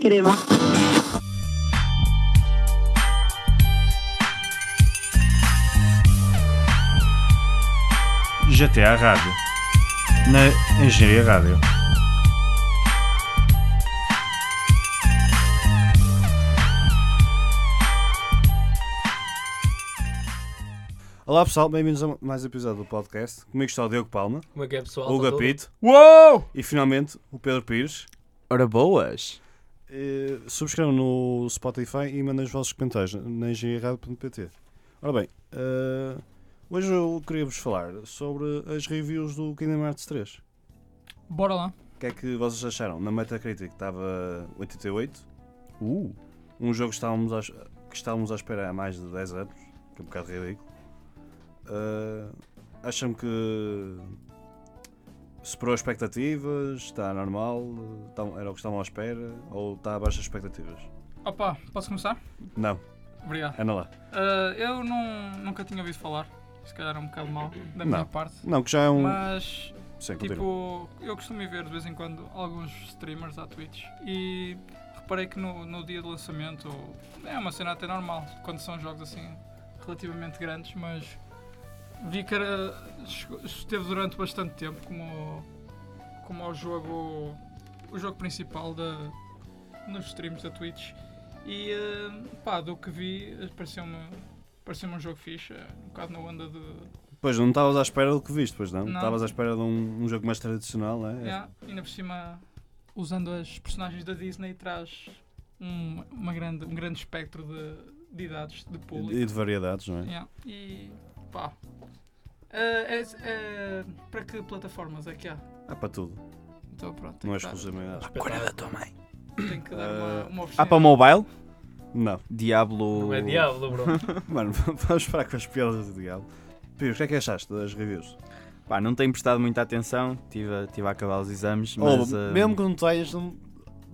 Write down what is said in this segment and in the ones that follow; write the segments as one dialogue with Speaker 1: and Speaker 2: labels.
Speaker 1: crema.
Speaker 2: GTA Rádio. Na Engenharia Rádio. Olá pessoal, bem-vindos a mais um episódio do podcast. Comigo está o Diogo Palma,
Speaker 3: Como é que é, pessoal?
Speaker 2: o
Speaker 3: Tá
Speaker 2: Hugo
Speaker 3: tudo?
Speaker 2: Pito
Speaker 4: Uou!
Speaker 2: e finalmente o Pedro Pires.
Speaker 4: Ora boas!
Speaker 2: Eh, subscrevam no Spotify e mandem os vossos comentários na engenharia.pt. Ora bem, eh, hoje eu queria-vos falar sobre as reviews do Kingdom Hearts 3.
Speaker 5: Bora lá.
Speaker 2: O que é que vocês acharam? Na Metacritic estava 88.
Speaker 4: Uh!
Speaker 2: Um jogo que estávamos, à, que estávamos à espera há mais de 10 anos, que é um bocado ridículo. Ah, acham que superou as expectativas? Está normal? Estão- era o que estavam à espera? Ou está abaixo das expectativas?
Speaker 5: Opa, posso começar?
Speaker 2: Não,
Speaker 5: Obrigado.
Speaker 2: anda lá.
Speaker 5: Ah, eu não, nunca tinha ouvido falar. Se calhar é um bocado mal da minha
Speaker 2: Não.
Speaker 5: parte.
Speaker 2: Não, que já é um.
Speaker 5: Mas,
Speaker 2: Sim, continua.
Speaker 5: tipo, eu costumo ir ver de vez em quando alguns streamers à Twitch e reparei que no, no dia de lançamento é uma cena até normal, quando são jogos assim relativamente grandes, mas vi que era- chegou- esteve durante bastante tempo como, como ao jogo o jogo principal da, nos streams da Twitch e eh, pá, do que vi pareceu-me pareceu um jogo fixe, eh, um bocado na onda de
Speaker 2: Pois, não estavas à espera do que viste, pois não?
Speaker 5: Não. É,
Speaker 2: Estavas à espera de um, um jogo mais tradicional, né?
Speaker 5: Yeah, ainda por cima, usando as personagens da Disney, traz um, uma grande, um grande espectro de, de idades de público.
Speaker 2: E de variedades, não é?
Speaker 5: Yeah, E pá. Eh, eh, eh, para que plataformas é que há?
Speaker 2: Há Ah, para tudo,
Speaker 5: Então pronto. tem
Speaker 2: não Eh, é
Speaker 5: que dar-
Speaker 2: exclusivamente.
Speaker 4: Cora da tua mãe!
Speaker 5: Tem que dar uma, uma
Speaker 4: Ah, para o mobile?
Speaker 2: Não,
Speaker 4: Diablo.
Speaker 3: Não é diabo, bro.
Speaker 2: mano, vamos parar com as piadas do diabo. Pires, o que é que achaste das reviews?
Speaker 4: Pá, não tenho prestado muita atenção, estive a, tive a acabar os exames,
Speaker 2: Ou,
Speaker 4: mas. ah,
Speaker 2: Oh, mesmo que não tenhas, não-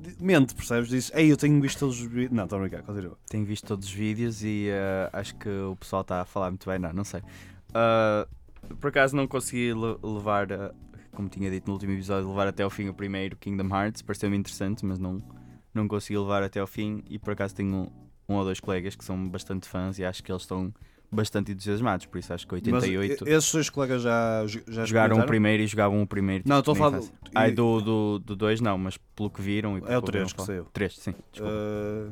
Speaker 2: di- mente, percebes? Dizes, ei, eu tenho visto todos os vídeos. Não, estou a brincar, continua.
Speaker 4: Tenho visto todos os vídeos e ah, acho que o pessoal está a falar muito bem, não, não sei. Ah, por acaso não consegui le- levar, ah, como tinha dito no último episódio, levar até ao fim o primeiro Kingdom Hearts, pareceu-me interessante, mas não, não consegui levar até ao fim e por acaso tenho um, um ou dois colegas que são bastante fãs e acho que eles estão bastante entusiasmados, por isso acho que 88
Speaker 2: Mas, e- esses dois colegas já, jo- já
Speaker 4: jogaram o
Speaker 2: experimentaram?
Speaker 4: um primeiro e jogavam o primeiro.
Speaker 2: Não,
Speaker 4: tipo,
Speaker 2: estou a
Speaker 4: nem
Speaker 2: falar
Speaker 4: faz-
Speaker 2: do.
Speaker 4: Ai, do 2 do, do dois não, mas pelo que viram e pelo
Speaker 2: É o
Speaker 4: que ouviram
Speaker 2: 3 que
Speaker 4: falar.
Speaker 2: saiu.
Speaker 4: Três, sim, desculpa.
Speaker 2: Ah,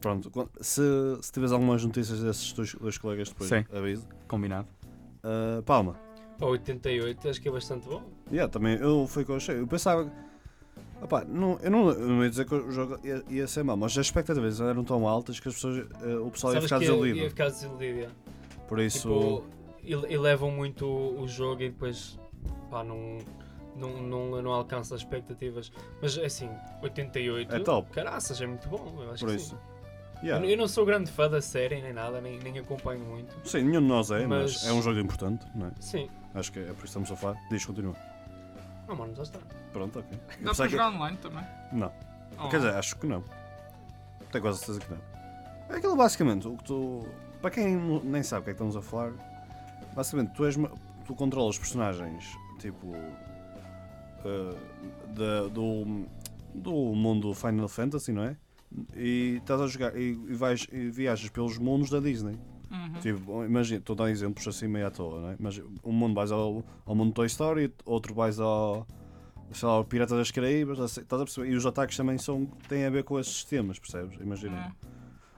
Speaker 2: pronto, quan- se, se tiveres algumas notícias desses dois, dois colegas depois,
Speaker 4: Sim.
Speaker 2: aviso.
Speaker 4: Combinado.
Speaker 2: Ah, Palma.
Speaker 3: Pá, 88 acho que é bastante bom.
Speaker 2: Yeah, também eu fui com o cheio. Eu pensava. que- Opá, não, eu, não, eu não ia dizer que o jogo ia, ia ser mau, mas as expectativas eram tão altas que as pessoas, ah, o pessoal ia
Speaker 3: Sabes
Speaker 2: ficar
Speaker 3: que é-
Speaker 2: desiludido.
Speaker 3: Ia ficar desiludido, yeah.
Speaker 2: Por isso.
Speaker 3: Tipo, ele- elevam muito o o jogo e depois, pá, não, não, não, não alcança as expectativas. Mas, assim, 88...
Speaker 2: É top.
Speaker 3: Caraças, é muito bom, eu acho
Speaker 2: por
Speaker 3: que
Speaker 2: isso.
Speaker 3: sim.
Speaker 2: Yeah.
Speaker 3: Eu, eu não sou grande fã da série, nem nada, nem, nem acompanho muito.
Speaker 2: Sim, nenhum de nós é, mas,
Speaker 3: Mas-
Speaker 2: é um jogo importante, não é?
Speaker 3: Sim.
Speaker 2: Acho que é por isso que estamos a falar. Diz, continua.
Speaker 3: Não, mano, já está.
Speaker 2: Pronto, ok. Eu
Speaker 5: Dá
Speaker 2: pensava
Speaker 5: para
Speaker 2: que-
Speaker 5: jogar online também?
Speaker 2: Não.
Speaker 5: Oh,
Speaker 2: Quer dizer, acho que não. Tenho quase certeza que não. É Aquilo basicamente, o que tu. Para quem não- nem sabe o que é que estamos a falar, basicamente tu, és, ma- tu controlas os personagens tipo. eh, da- do, do mundo Final Fantasy, não é? E estás a jogar e, e vais e viajas pelos mundos da Disney.
Speaker 5: uhum.
Speaker 2: Tipo, imagina, estou a dar exemplos assim meio à toa, não é? Mas um mundo vais ao, ao mundo Toy Story, outro vais ao, sei lá, ao Pirata das Caraíbas, assim, estás a perceber? E os ataques também são, têm a ver com esses sistemas, percebes? Imagina.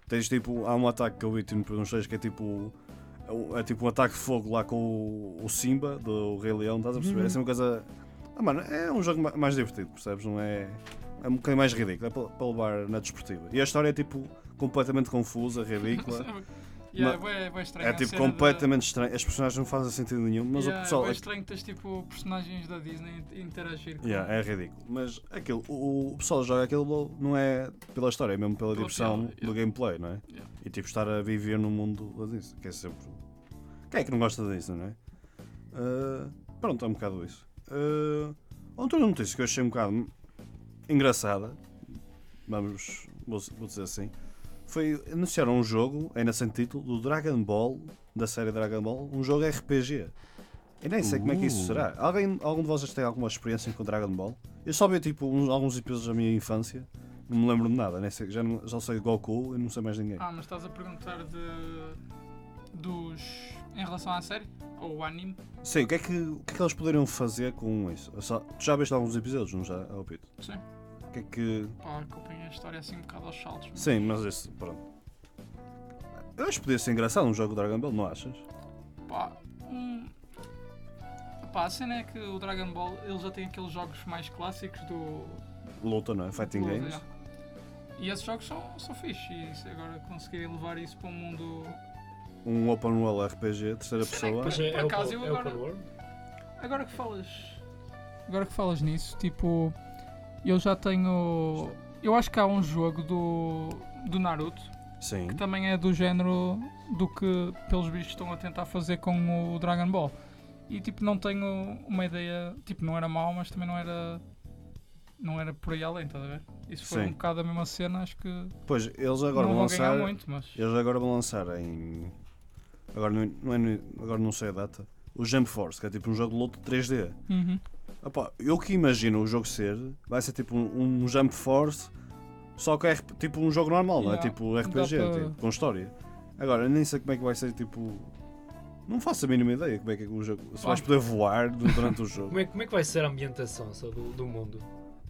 Speaker 2: Tens tipo, há um ataque que eu vi tipo, nos três que é tipo. é um- É tipo um ataque de fogo lá com o, o Simba do Rei Leão, estás a perceber? É assim uma coisa. Ah, mano, é um jogo ma- mais divertido, percebes? Não é. É um bocadinho mais ridículo, é para- para levar na desportiva. E a história é tipo completamente confusa, ridícula.
Speaker 5: Yeah, é
Speaker 2: Mas-
Speaker 5: bué- bué estranho
Speaker 2: É
Speaker 5: a
Speaker 2: tipo
Speaker 5: cena de-
Speaker 2: completamente estranho. As personagens não fazem sentido nenhum, mas
Speaker 5: Yeah,
Speaker 2: o
Speaker 5: é
Speaker 2: pessoal.
Speaker 5: bué
Speaker 2: É,
Speaker 5: estranho teres tipo personagens da Disney interagir com
Speaker 2: yeah, é ridículo. Mas aquilo, o, o pessoal joga aquilo não é pela história, é mesmo pela
Speaker 5: Pela
Speaker 2: diversão
Speaker 5: piada,
Speaker 2: do
Speaker 5: yeah.
Speaker 2: gameplay, não é?
Speaker 5: Yeah.
Speaker 2: E tipo estar a viver no mundo da Disney, que é sempre. Quem é que não gosta da Disney, não é? Ah, pronto, é um bocado isso. Ah, outra notícia que eu achei um bocado engraçada, vamos, vou, vou dizer assim, foi anunciaram um jogo, ainda sem título, do Dragon Ball, da série Dragon Ball, um jogo RPG. Eu nem sei como é que isso
Speaker 4: Uh.
Speaker 2: será. Alguém, algum de vocês tem alguma experiência com Dragon Ball? Eu só vi tipo uns- alguns episódios da minha infância Não me lembro de nada, né? Sei- já, não- já sei de Goku e não sei mais ninguém.
Speaker 5: Ah, mas estás a perguntar de. dos. em relação à série? Ou ao anime?
Speaker 2: Sim, o que, é que, o que é que eles poderiam fazer com isso? Eu só- tu já viste alguns episódios, não já, oh, Pito?
Speaker 5: Sim.
Speaker 2: O que é que.
Speaker 5: Pá, acompanhei a história assim um bocado aos saltos. mas-
Speaker 2: Sim, mas isso, pronto. Eu acho que podia ser engraçado um jogo de Dragon Ball, não achas?
Speaker 5: Pá, um... Pá, a cena é que o Dragon Ball ele já tem aqueles jogos mais clássicos do.
Speaker 2: Luta, não é? Fighting
Speaker 5: do-
Speaker 2: Games.
Speaker 5: é. E esses jogos são, são fixe. E se agora conseguirem levar isso para um mundo.
Speaker 2: Um Open World RPG, terceira
Speaker 5: Será que
Speaker 2: pessoa.
Speaker 3: Mas é,
Speaker 5: Por
Speaker 3: é,
Speaker 5: acaso
Speaker 3: o,
Speaker 5: eu
Speaker 3: é o
Speaker 5: agora-
Speaker 3: Open World?
Speaker 5: Agora que falas. Agora que falas nisso, tipo. Eu já tenho. Eu acho que há um jogo do. do Naruto
Speaker 2: Sim.
Speaker 5: que também é do género do que pelos bichos estão a tentar fazer com o Dragon Ball. E tipo, não tenho uma ideia, tipo, não era mau, mas também não era não era por aí além, estás a ver? Isso foi
Speaker 2: Sim.
Speaker 5: um bocado a mesma cena, acho que
Speaker 2: Pois, eles agora
Speaker 5: não
Speaker 2: vão
Speaker 5: vão ganhar
Speaker 2: lançar.
Speaker 5: muito, mas
Speaker 2: Eles agora vão lançar em. Agora não, não é no- agora não sei a data. O Jump Force, que é tipo um jogo de luta 3D.
Speaker 5: Uhum.
Speaker 2: Opa, eu que imagino o jogo ser, vai ser tipo um, um Jump Force, só que é RP tipo um jogo normal, não é?
Speaker 5: Yeah,
Speaker 2: Tipo
Speaker 5: dá
Speaker 2: RPG,
Speaker 5: pra-
Speaker 2: tipo, com história. Agora, eu nem sei como é que vai ser, tipo. Não faço a mínima ideia como é que é o jogo. Se
Speaker 5: Pá.
Speaker 2: vais poder voar du- durante o jogo.
Speaker 3: Como é, como é que vai ser a ambientação só do, do mundo?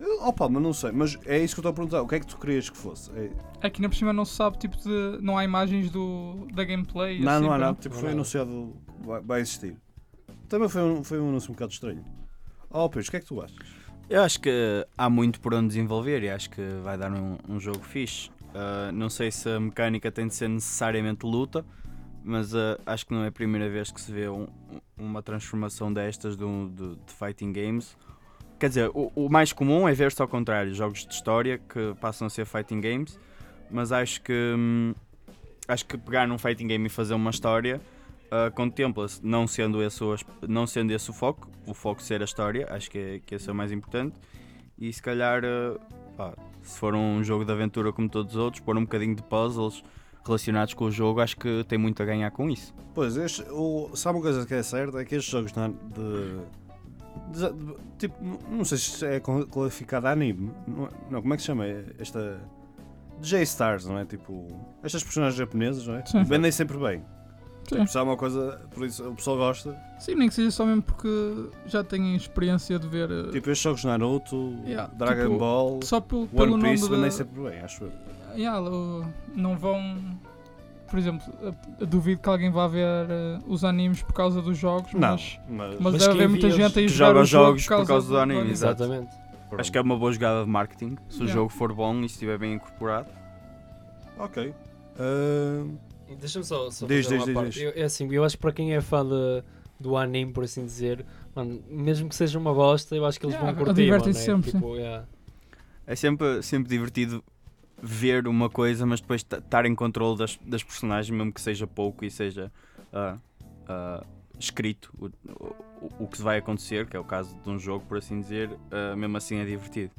Speaker 2: Eu- Opa, mas não sei. Mas é isso que eu estou a perguntar. O que é que tu querias que fosse? É-
Speaker 5: aqui na por cima não se sabe tipo de não há imagens do da gameplay,
Speaker 2: Não,
Speaker 5: assim,
Speaker 2: não há nada.
Speaker 5: pronto.
Speaker 2: Tipo,
Speaker 3: Não há
Speaker 2: foi
Speaker 3: nada.
Speaker 2: anunciado. Vai, vai existir. Também foi um, foi um anúncio um bocado estranho. Oh, Pedro, o que é que tu achas?
Speaker 4: Eu acho que há muito por onde desenvolver e acho que vai dar um, um jogo fixe. Ah, não sei se a mecânica tem de ser necessariamente luta, mas ah, acho que não é a primeira vez que se vê um- um- uma transformação destas de, um- de- de fighting games. Quer dizer, o, o mais comum é ver-se ao contrário, jogos de história que passam a ser fighting games, mas acho que hum, acho que pegar num fighting game e fazer uma história ah, contempla-se, não sendo, esse o, asp- não sendo esse o foco, o foco ser a história, acho que, é, que esse é o mais importante. E se calhar, ah, pá, se for um jogo de aventura como todos os outros, pôr um bocadinho de puzzles relacionados com o jogo, acho que tem muito a ganhar com isso.
Speaker 2: Pois, este, o, sabe uma coisa que é certa? É que estes jogos na- de, de- de- Tipo, n- não sei se é con- qualificado a anime. Não, é- não, como é que se chama esta. J-Stars, não é? Tipo. Estas personagens japonesas, não é?
Speaker 5: Sim.
Speaker 2: Vendem sempre bem.
Speaker 5: Sim.
Speaker 2: Tipo, sabe uma coisa. Por isso o pessoal gosta.
Speaker 5: Sim, nem que seja só mesmo porque já tenho experiência de ver eh,
Speaker 2: Tipo, estes jogos Naruto,
Speaker 5: Yeah,
Speaker 2: Dragon
Speaker 5: tipo,
Speaker 2: Ball,
Speaker 5: só pelo, pelo
Speaker 2: One
Speaker 5: nome
Speaker 2: Piece,
Speaker 5: da-
Speaker 2: vendem sempre bem, é, acho eu.
Speaker 5: Yeah, o- não vão. Por exemplo, eu duvido que alguém vá ver eh, os animes por causa dos jogos,
Speaker 2: Não,
Speaker 5: mas,
Speaker 2: mas.
Speaker 5: mas,
Speaker 3: Mas
Speaker 5: deve
Speaker 3: quem
Speaker 5: haver muita
Speaker 3: via
Speaker 5: gente aí
Speaker 4: os- que
Speaker 5: jogar
Speaker 4: joga
Speaker 5: os jogos
Speaker 4: jogos por causa do anime, exato.
Speaker 3: Exatamente.
Speaker 2: pronto.
Speaker 4: Acho que é uma boa jogada de marketing, se o
Speaker 5: Yeah.
Speaker 4: jogo for bom e estiver bem incorporado.
Speaker 2: Ok. Ahn,
Speaker 3: E Deixa-me só, só
Speaker 2: Diz, diz,
Speaker 3: fazer uma
Speaker 2: diz,
Speaker 3: parte.
Speaker 2: diz.
Speaker 3: Eu, é assim, eu acho que para quem é fã de- do anime, por assim dizer, mano, mesmo que seja uma bosta, eu acho que eles
Speaker 5: Yeah,
Speaker 3: vão curtir. mano,
Speaker 5: divertem-se
Speaker 3: é,
Speaker 5: sempre,
Speaker 3: tipo, yeah.
Speaker 4: É sempre, sempre divertido ver uma coisa, mas depois ta- estar em controle das, das personagens, mesmo que seja pouco e seja ah, ah, escrito o, o, o que vai acontecer, que é o caso de um jogo, por assim dizer, ah, mesmo assim é divertido.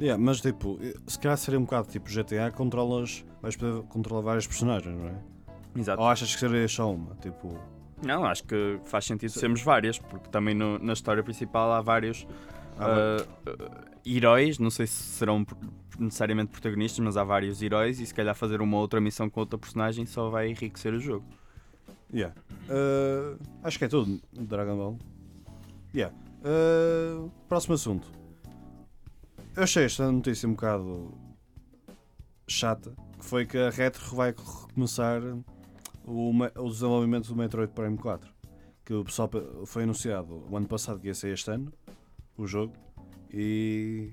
Speaker 2: Yeah, mas tipo, se calhar seria um bocado tipo GTA, controlas, vais poder controlar várias personagens, não é?
Speaker 4: Exato.
Speaker 2: Ou achas que seria só uma? Tipo,
Speaker 4: Não, acho que faz sentido sermos várias, porque também no- na história principal há vários
Speaker 2: há-
Speaker 4: ah, ah, heróis, não sei se serão pr- necessariamente protagonistas, mas há vários heróis e se calhar fazer uma outra missão com outra personagem só vai enriquecer o jogo.
Speaker 2: yeah. Ah, acho que é tudo, Dragon Ball. Yeah. Ah, próximo assunto. Eu achei esta notícia um bocado chata, que foi que a Retro vai recomeçar o, me- o desenvolvimento do Metroid Prime 4, que o pessoal pe- foi anunciado o ano passado que ia ser este ano, o jogo, e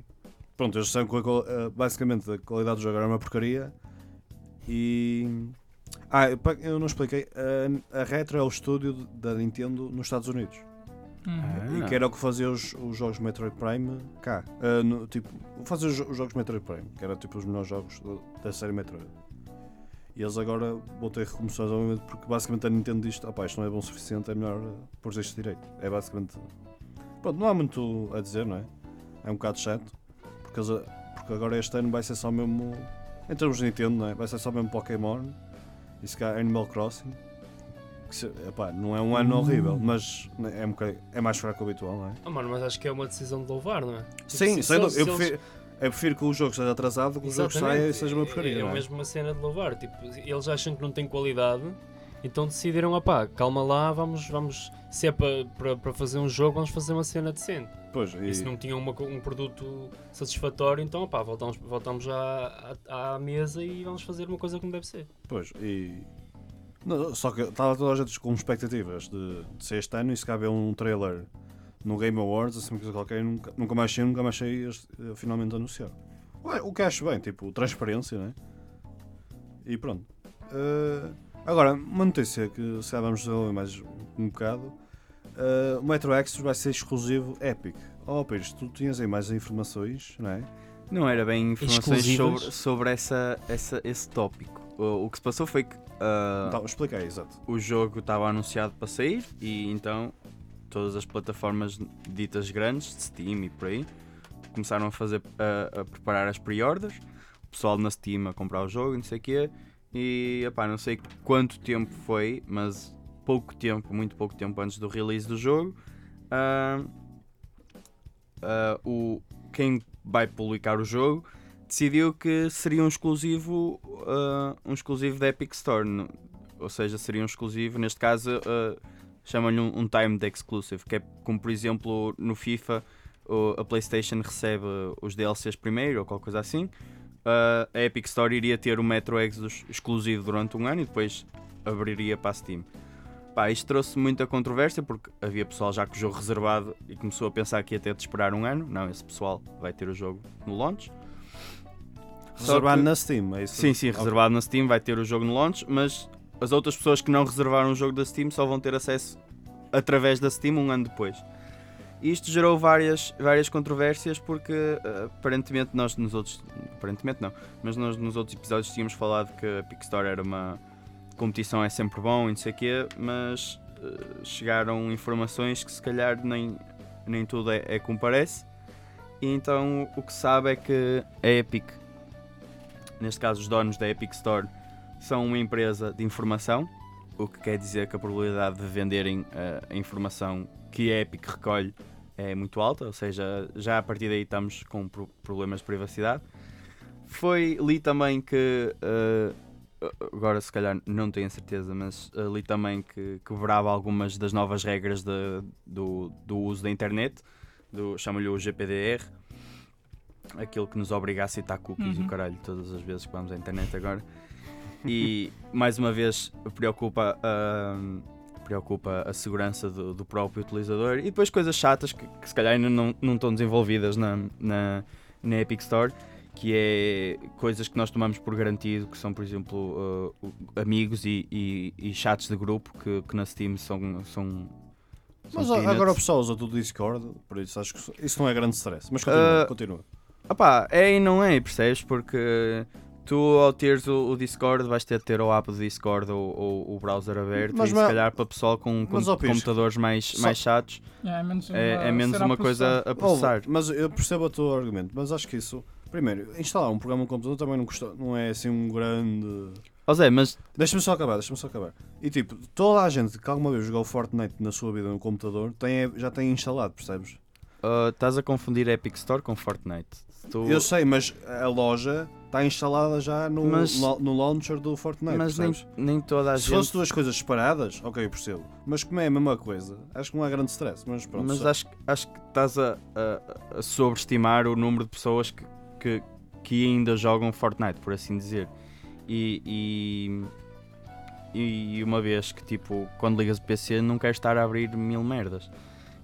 Speaker 2: pronto, eles sabem que a qual- eh, basicamente a qualidade do jogo era uma porcaria e... Ah, eu pa- eu não expliquei, a, a Retro é o estúdio de- da Nintendo nos Estados Unidos,
Speaker 4: É
Speaker 5: Uhum.
Speaker 2: e que era o que fazia os, os jogos Metroid Prime cá, eh, no- tipo, fazia os, jo- os jogos Metroid Prime, que era tipo os melhores jogos do- da série Metroid. E eles agora vão ter recomeções ao momento porque basicamente a Nintendo diz: opá, isto não é bom o suficiente, é melhor eh, pôr isto direito. É basicamente. Pronto, não há muito a dizer, não é? É um bocado chato, porque, eles, eh, porque agora este ano vai ser só mesmo. Em termos de Nintendo, não é? Vai ser só mesmo Pokémon e se calhar Animal Crossing. Que se, epá, não é um ano horrível, mas é, um bocadinho- é mais fraco que o habitual, não é?
Speaker 3: Ah, mano, mas acho que é uma decisão de louvar, não é? Tipo,
Speaker 2: Sim, sem
Speaker 3: se- se
Speaker 2: dúvida. Eu
Speaker 3: eles-
Speaker 2: prefiro, Eu prefiro que o jogo seja atrasado do que o jogo saia e seja uma porcaria.
Speaker 3: É,
Speaker 2: não é?
Speaker 3: mesmo uma cena de louvar. Tipo, eles acham que não tem qualidade, então decidiram, opá, calma lá, vamos, vamos se é para fazer um jogo, vamos fazer uma cena decente.
Speaker 2: Pois,
Speaker 3: E, se
Speaker 2: e-
Speaker 3: não tinham uma co- um produto satisfatório, então opá, voltamos, voltamos à, à, à mesa e vamos fazer uma coisa como deve ser.
Speaker 2: Pois, e. Não, só que estava toda a gente com expectativas de, de ser este ano e se cabe um trailer no Game Awards, assim, uma coisa qualquer, nunca, nunca mais achei, nunca mais achei este, eh, finalmente anunciar. Ué, o que acho bem, tipo, transparência, né? E pronto. Eh, agora, uma notícia que se calhar vamos desenvolver mais um bocado. Eh, o Metro Exodus vai ser exclusivo Epic. Oh, Pires, tu tinhas aí mais informações, não é?
Speaker 4: Não era bem informações
Speaker 3: Exclusivas?
Speaker 4: sobre, sobre essa, essa, esse tópico. O, o que se passou foi que ah,
Speaker 2: Então, explica aí, exato.
Speaker 4: o jogo estava anunciado para sair e então todas as plataformas ditas grandes, de Steam e por aí, começaram a fazer a, a preparar as pre-orders, o pessoal na Steam a comprar o jogo e não sei o quê. E epá, não sei quanto tempo foi, mas pouco tempo, muito pouco tempo antes do release do jogo, ah, ah, o, quem vai publicar o jogo decidiu que seria um exclusivo, ah, um exclusivo da Epic Store, no- ou seja, seria um exclusivo. Neste caso, eh, chamam-lhe um, um timed exclusive, que é como, por exemplo, no FIFA, o- a PlayStation recebe os DLCs primeiro ou qualquer coisa assim. Eh, a Epic Store iria ter o Metro Exodus exclusivo durante um ano e depois abriria para a Steam. Pá, isto trouxe muita controvérsia porque havia pessoal já com o jogo reservado e começou a pensar que ia ter de esperar um ano. Não, esse pessoal vai ter o jogo no launch. Só
Speaker 2: Reservar
Speaker 4: que-
Speaker 2: na Steam, é isso?
Speaker 4: Sim, sim,
Speaker 2: Ok.
Speaker 4: reservado na Steam, vai ter o jogo no launch, mas as outras pessoas que não reservaram o jogo da Steam só vão ter acesso através da Steam um ano depois. E Isto gerou várias, várias controvérsias porque eh, aparentemente nós nos outros. Aparentemente não, mas nós nos outros episódios tínhamos falado que a Epic Store era uma competição é sempre bom e não sei o quê, mas eh, chegaram informações que se calhar nem, nem tudo é, é como parece. E então o que se sabe é que a Epic neste caso os donos da Epic Store, são uma empresa de informação, o que quer dizer que a probabilidade de venderem eh, a informação que a Epic recolhe é muito alta, ou seja, já a partir daí estamos com pro- problemas de privacidade. Foi, li também que, eh, agora se calhar não tenho a certeza, mas eh, li também que quebrava algumas das novas regras de- do, do uso da internet, do, chamo-lhe o GPDR, aquilo que nos obriga a citar cookies e
Speaker 5: Uhum.
Speaker 4: o caralho todas as vezes que vamos à internet agora. E mais uma vez preocupa, ahm, preocupa a segurança do, do próprio utilizador e depois coisas chatas que, que se calhar ainda não, não estão desenvolvidas na, na, na Epic Store. Que é coisas que nós tomamos por garantido, que são, por exemplo, ah, o- amigos e, e, e chats de grupo que, que na Steam são. são são
Speaker 2: Mas ó, agora o
Speaker 4: peanuts.
Speaker 2: pessoal usa tudo Discord, por isso acho que isso não é grande stress. Mas continua,
Speaker 4: Ah,
Speaker 2: continua.
Speaker 4: Opá, é e não é, percebes? Porque tu ao teres o, o Discord vais ter de ter o app do Discord ou, ou o browser aberto
Speaker 2: Mas,
Speaker 4: e
Speaker 2: mas-
Speaker 4: se calhar para pessoal com, com
Speaker 2: mas, ó, Pires,
Speaker 4: computadores mais,
Speaker 2: só-
Speaker 4: mais chatos
Speaker 5: Yeah, é menos uma,
Speaker 4: é, é menos
Speaker 5: cena a
Speaker 4: uma
Speaker 5: processar.
Speaker 4: coisa a processar.
Speaker 2: Ouve, mas eu percebo o teu argumento, mas acho que isso. Primeiro, instalar um programa no computador também não, custa, não é assim um grande.
Speaker 4: Ó Zé, mas
Speaker 2: Deixa-me só acabar, deixa-me só acabar. E tipo, toda a gente que alguma vez jogou Fortnite na sua vida no computador tem, já tem instalado, percebes?
Speaker 4: ah, estás a confundir Epic Store com Fortnite. Tu-
Speaker 2: Eu sei, mas a loja está instalada já no,
Speaker 4: Mas-
Speaker 2: lo- no launcher do Fortnite,
Speaker 4: mas nem,
Speaker 2: percebes?
Speaker 4: nem toda a
Speaker 2: Se
Speaker 4: gente.
Speaker 2: fosse duas coisas separadas, ok, eu percebo. Mas como é a mesma coisa, acho que não há grande stress. Mas pronto,
Speaker 4: mas
Speaker 2: só-
Speaker 4: acho, que- acho que estás a, a- a sobreestimar o número de pessoas que, que, que ainda jogam Fortnite, por assim dizer. E, e, e uma vez que, tipo, quando ligas o PC, não queres estar a abrir mil merdas.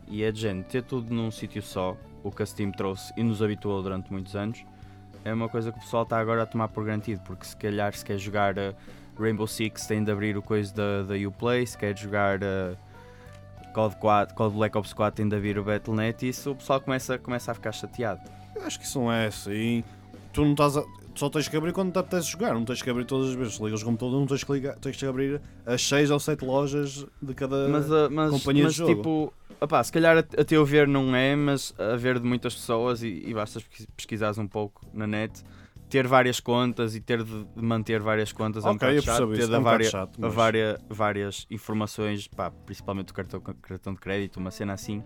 Speaker 4: E é de gente, ter tudo num sítio só, o que a Steam trouxe e nos habituou durante muitos anos, é uma coisa que o pessoal está agora a tomar por garantido, porque se calhar se quer jogar eh, Rainbow Six tem de abrir o coisa da, da Uplay, se quer jogar eh, COD, 4, COD Black Ops 4 tem de abrir o Battle.net e isso o pessoal começa, começa a ficar chateado.
Speaker 2: Acho que isso não é assim. Tu não estás a... tu só tens que abrir quando te apetece jogar, não tens que abrir todas as vezes. Se ligas o computador, não tens que, ligar... tens que abrir as 6 ou 7 lojas de cada.
Speaker 4: Mas, eh, mas,
Speaker 2: companhia de
Speaker 4: mas,
Speaker 2: jogo.
Speaker 4: tipo, opá, se calhar a, a teu ver não é, mas a ver de muitas pessoas e, e basta pesquis- pesquisares um pouco na net, ter várias contas e ter de de manter várias contas é um
Speaker 2: ok,
Speaker 4: bocado
Speaker 2: eu
Speaker 4: chato,
Speaker 2: percebo
Speaker 4: ter
Speaker 2: isso.
Speaker 4: de
Speaker 2: É um bocado
Speaker 4: várias,
Speaker 2: chato,
Speaker 4: a
Speaker 2: mas...
Speaker 4: vária- várias informações, pá, principalmente o cartão, cartão de crédito, uma cena assim,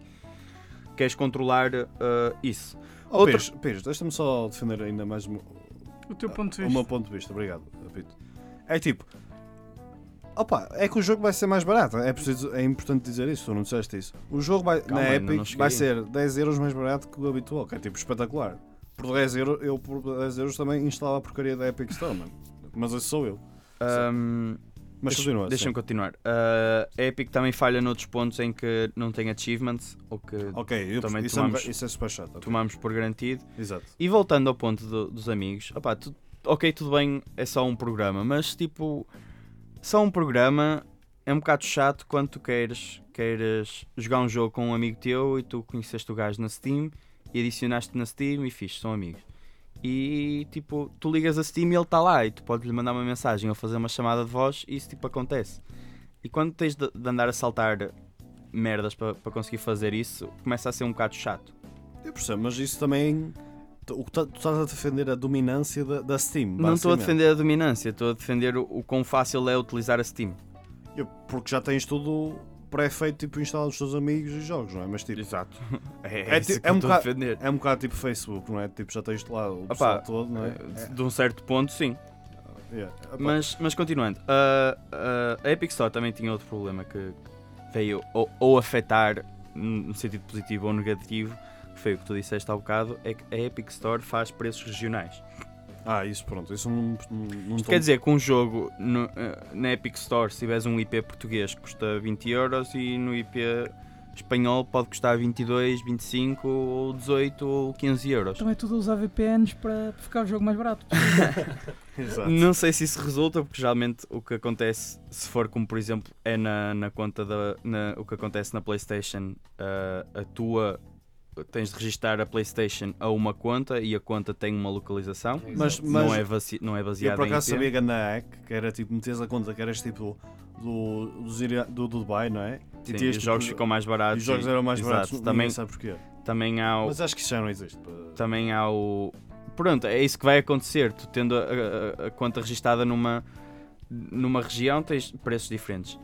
Speaker 4: queres controlar ah, isso.
Speaker 2: Oh,
Speaker 4: Outro-
Speaker 2: Pires, Pires, deixa-me só defender ainda mais um-
Speaker 5: O teu ponto de
Speaker 2: o
Speaker 5: vista.
Speaker 2: meu ponto de vista. Obrigado, Pito. É tipo. Opa, é que o jogo vai ser mais barato. É, preciso, é importante dizer isso, tu não disseste isso. O jogo vai,
Speaker 4: Calma,
Speaker 2: na
Speaker 4: ainda não
Speaker 2: Epic
Speaker 4: cheguei.
Speaker 2: vai ser 10€ euros mais barato que o habitual, que é tipo espetacular. Por 10 euros, eu por 10 euros também instalava a porcaria da Epic Store, mano. Mas esse sou eu.
Speaker 4: Ahm,
Speaker 2: Mas
Speaker 4: Deixa-
Speaker 2: continua.
Speaker 4: Deixa-me continuar. Ah, a Epic também falha noutros pontos em que não tem achievements ou que
Speaker 2: sim. Ok, eu,
Speaker 4: Também
Speaker 2: isso,
Speaker 4: tomamos-
Speaker 2: é, isso é super chato. ok.
Speaker 4: tomamos por garantido.
Speaker 2: Exato.
Speaker 4: E voltando ao ponto do- dos amigos, opá, tu- ok, tudo bem, é só um programa, mas tipo, só um programa é um bocado chato quando tu queres, queres jogar um jogo com um amigo teu e tu conheceste o gajo na Steam e adicionaste na Steam e fixe, são amigos. E tipo, tu ligas a Steam e ele está lá e tu podes lhe mandar uma mensagem ou fazer uma chamada de voz e isso tipo acontece. E quando tens de, de andar a saltar merdas para para conseguir fazer isso, começa a ser um bocado chato.
Speaker 2: Eu percebo, mas isso também. O que tá- tu estás a defender a dominância da, da Steam.
Speaker 4: Não estou a
Speaker 2: basicamente.
Speaker 4: defender a dominância, estou a defender o, o quão fácil é utilizar a Steam.
Speaker 2: Eu- porque já tens tudo pré-feito, tipo, instalado os teus amigos e jogos, não é? Mas tipo,
Speaker 4: Exato. É,
Speaker 2: É
Speaker 4: isso
Speaker 2: ti-
Speaker 4: que
Speaker 2: é
Speaker 4: eu
Speaker 2: um
Speaker 4: estou a
Speaker 2: bocado-
Speaker 4: defender.
Speaker 2: é um bocado tipo Facebook, não é? Tipo, já tens lá o pessoal todo, não é?
Speaker 4: De- De um certo ponto, sim.
Speaker 2: É, yeah. Opa,
Speaker 4: Mas, mas continuando, a, a- a Epic Store também tinha outro problema que veio ou, ou afetar no sentido positivo ou negativo, que foi o que tu disseste há bocado, é que a Epic Store faz preços regionais.
Speaker 2: Ah, isso pronto, isso não, não, não
Speaker 4: Isto quer dizer que um jogo no- eh, na Epic Store, se tiveres um IP português, custa 20 euros e no IP espanhol pode custar 22, 25 ou 18 ou 15 euros.
Speaker 1: Também tudo a usar VPNs para ficar o jogo mais barato.
Speaker 2: Exato.
Speaker 4: Não sei se isso resulta, porque geralmente o que acontece, se for como por exemplo é na, na conta da. na- o que acontece na PlayStation, ah, a tua. tens de registrar a PlayStation a uma conta e a conta tem uma localização.
Speaker 2: Mas, mas
Speaker 4: não, é vaci- não é
Speaker 2: eu
Speaker 4: baseada
Speaker 2: por
Speaker 4: em.
Speaker 2: acaso
Speaker 4: IP.
Speaker 2: sabia que na hack, que era tipo, metes a conta que eras tipo do, dos Ira- do, do Dubai, não é?
Speaker 4: Sim,
Speaker 2: tinhas,
Speaker 4: os jogos
Speaker 2: tipo,
Speaker 4: ficam mais
Speaker 2: E
Speaker 4: baratos.
Speaker 2: os jogos
Speaker 4: e-
Speaker 2: eram mais
Speaker 4: exato,
Speaker 2: baratos, ninguém
Speaker 4: Também,
Speaker 2: sabe porquê.
Speaker 4: também há o-
Speaker 2: Mas acho que isso já não existe. pá.
Speaker 4: também há o. Pronto, é isso que vai acontecer. Tu tendo a, a- a conta registada numa, numa região, tens preços diferentes.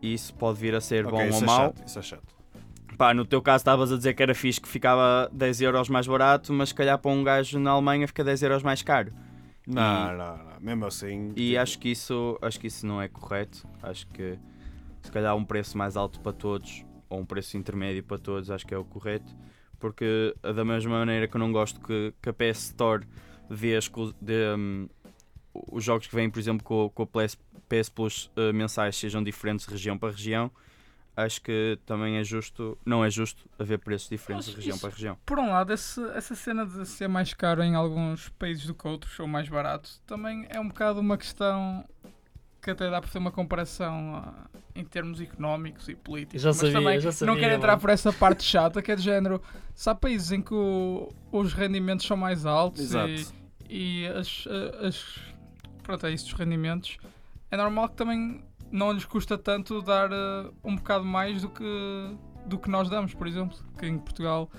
Speaker 4: E isso pode vir a ser
Speaker 2: Ok,
Speaker 4: bom ou
Speaker 2: isso é
Speaker 4: mau.
Speaker 2: chato, isso é chato.
Speaker 4: Pá, no teu caso, estavas a dizer que era fixe que ficava 10 euros mais barato, mas se calhar para um gajo na Alemanha fica 10 euros mais caro.
Speaker 2: Não, não, não. Mesmo assim.
Speaker 4: E acho que isso, acho que isso não é correto. Acho que se calhar um preço mais alto para todos ou um preço intermédio para todos, acho que é o correto. Porque eh, da mesma maneira que eu não gosto que, que a PS Store dê, as co- dê, hum, os jogos que vêm, por exemplo, com, com a PS, PS Plus eh, mensais sejam diferentes de região para região, acho que também é justo, não é justo haver preços diferentes
Speaker 5: Mas
Speaker 4: de região
Speaker 5: isso-
Speaker 4: para região.
Speaker 5: Por um lado, esse- essa cena de ser mais caro em alguns países do que outros, ou mais barato, também é um bocado uma questão que até dá para ter uma comparação ah, em termos económicos e políticos.
Speaker 3: Eu já
Speaker 5: mas
Speaker 3: sabia,
Speaker 5: também
Speaker 3: eu já sabia,
Speaker 5: não quero entrar
Speaker 3: mano.
Speaker 5: por essa parte chata, que é de género. Se há países em que o- os rendimentos são mais altos
Speaker 2: Exato.
Speaker 5: e, e as, as- Pronto, é isso dos rendimentos. É normal que também não lhes custa tanto dar ah, um bocado mais do que, do que nós damos, por exemplo. Que em Portugal.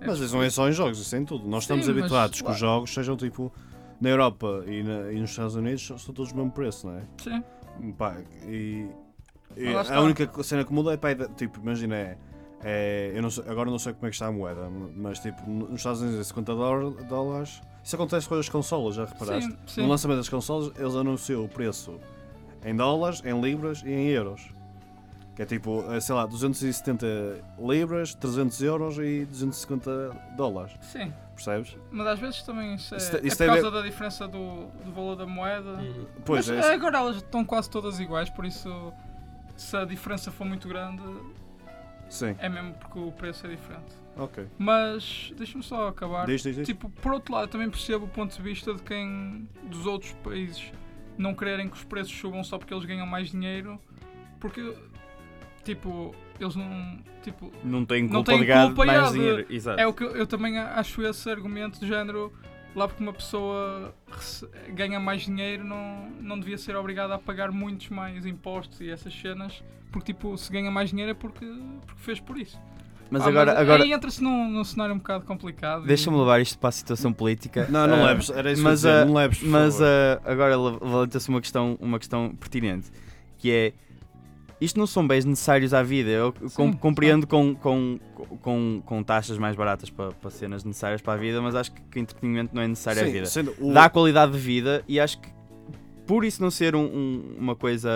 Speaker 5: é
Speaker 2: Mas isso não é só em jogos, isso é em tudo. Nós
Speaker 5: Sim,
Speaker 2: estamos
Speaker 5: mas
Speaker 2: habituados que
Speaker 5: lá-
Speaker 2: os jogos sejam tipo. Na Europa e, na- e nos Estados Unidos são são todos o mesmo preço, não é?
Speaker 5: Sim.
Speaker 2: Pá, e. e
Speaker 5: Mas lá está.
Speaker 2: a única co- cena que muda é, pá, é da- tipo, imagina, é. é- eu não sei- agora não sei como é que está a moeda, mas tipo, no- nos Estados Unidos é 50 dó- dólares. Isso acontece com as consolas, já reparaste?
Speaker 5: Sim, sim.
Speaker 2: No lançamento das consolas, eles anunciam o preço em dólares, em libras e em euros. Que é tipo, eh, sei lá, 270 libras, 300 euros e 250 dólares.
Speaker 5: Sim,
Speaker 2: Percebes?
Speaker 5: mas às vezes também isso é,
Speaker 2: Isso te-
Speaker 5: é
Speaker 2: isso tem
Speaker 5: por
Speaker 2: a
Speaker 5: causa da diferença do, do valor da moeda.
Speaker 3: Uhum.
Speaker 2: Pois
Speaker 5: mas
Speaker 2: é. isso.
Speaker 5: agora elas estão quase todas iguais, por isso se a diferença for muito grande,
Speaker 2: Sim,
Speaker 5: é mesmo porque o preço é diferente.
Speaker 2: ok.
Speaker 5: Mas deixa-me só acabar.
Speaker 2: Diz, diz, diz.
Speaker 5: Tipo, por outro lado, eu também percebo o ponto de vista de quem dos outros países não quererem que os preços subam só porque eles ganham mais dinheiro, porque tipo, eles não, tipo,
Speaker 4: Não tem
Speaker 5: Não
Speaker 4: culpa
Speaker 5: tem
Speaker 4: de gado
Speaker 5: culpa,
Speaker 4: mais
Speaker 5: e há de-
Speaker 4: dinheiro. Exato.
Speaker 5: É o que eu, eu também a- acho esse argumento do género. Lá porque uma pessoa rece- ganha mais dinheiro não, não devia ser obrigada a pagar muitos mais impostos e essas cenas. Porque tipo, se ganha mais dinheiro é porque, porque fez por isso.
Speaker 4: Mas
Speaker 5: Ah,
Speaker 4: agora, agora
Speaker 5: Aí entra-se num, num cenário um bocado complicado. e-
Speaker 4: deixa-me levar isto para a situação política.
Speaker 2: Não, não
Speaker 4: Ah,
Speaker 2: leves, era isso
Speaker 4: mas,
Speaker 2: que eu ia dizer,
Speaker 4: ah,
Speaker 2: não leves. por
Speaker 4: Mas eh,
Speaker 2: favor.
Speaker 4: ah, agora le- levanta-se uma questão, uma questão pertinente, que é Isto não são bens necessários à vida. Eu com-
Speaker 1: Sim,
Speaker 4: compreendo com, com, com, com taxas mais baratas para, para cenas necessárias para a vida, mas acho que, que entretenimento não é necessário à
Speaker 2: Sim,
Speaker 4: vida.
Speaker 2: sendo o-
Speaker 4: Dá qualidade de vida e acho que por isso não ser um- um- uma coisa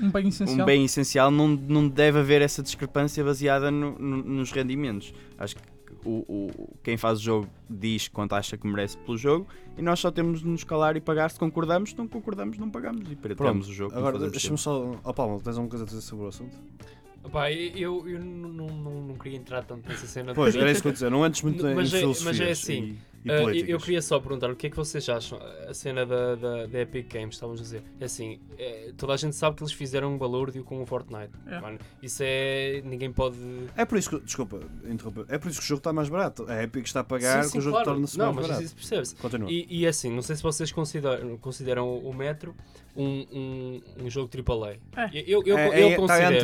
Speaker 1: Um bem essencial.
Speaker 4: um bem essencial, não, não deve haver essa discrepância baseada no- no- nos rendimentos. Acho que o, o- quem faz o jogo diz quanto acha que merece pelo jogo e nós só temos de nos calar e pagar se concordamos, se não concordamos, não pagamos e perdemos o jogo. como
Speaker 2: Agora,
Speaker 4: fazemos
Speaker 2: deixa-me só. Ó, Paulo, tens alguma coisa a dizer sobre o assunto?
Speaker 3: Pá, eu, eu não, não, não, não queria entrar tanto nessa cena.
Speaker 2: Pois,
Speaker 3: porque-
Speaker 2: era isso que eu ia dizer. Não antes muito em
Speaker 3: Mas é- mas é
Speaker 2: filosofias
Speaker 3: assim,
Speaker 2: e, e
Speaker 3: Ah, eu-
Speaker 2: políticas.
Speaker 3: eu queria só perguntar o que é que vocês acham a cena da, da, da Epic Games, estávamos a dizer. É Assim, é, toda a gente sabe que eles fizeram um balúrdio com o Fortnite.
Speaker 5: É.
Speaker 3: Mano, isso é. ninguém pode.
Speaker 2: É por isso que. Desculpa, interromper. É por isso que o jogo está mais barato. A Epic está a pagar
Speaker 3: Sim,
Speaker 2: que
Speaker 3: sim,
Speaker 2: o jogo
Speaker 3: claro.
Speaker 2: torna-se
Speaker 3: Não,
Speaker 2: mais
Speaker 3: mas
Speaker 2: barato.
Speaker 3: isso percebe-se.
Speaker 2: Continua.
Speaker 3: E, e assim, não sei se vocês consideram, consideram o Metro um, um, um jogo AAA. Eu, eu, eu,
Speaker 2: É-
Speaker 3: eu
Speaker 2: é- tá entre-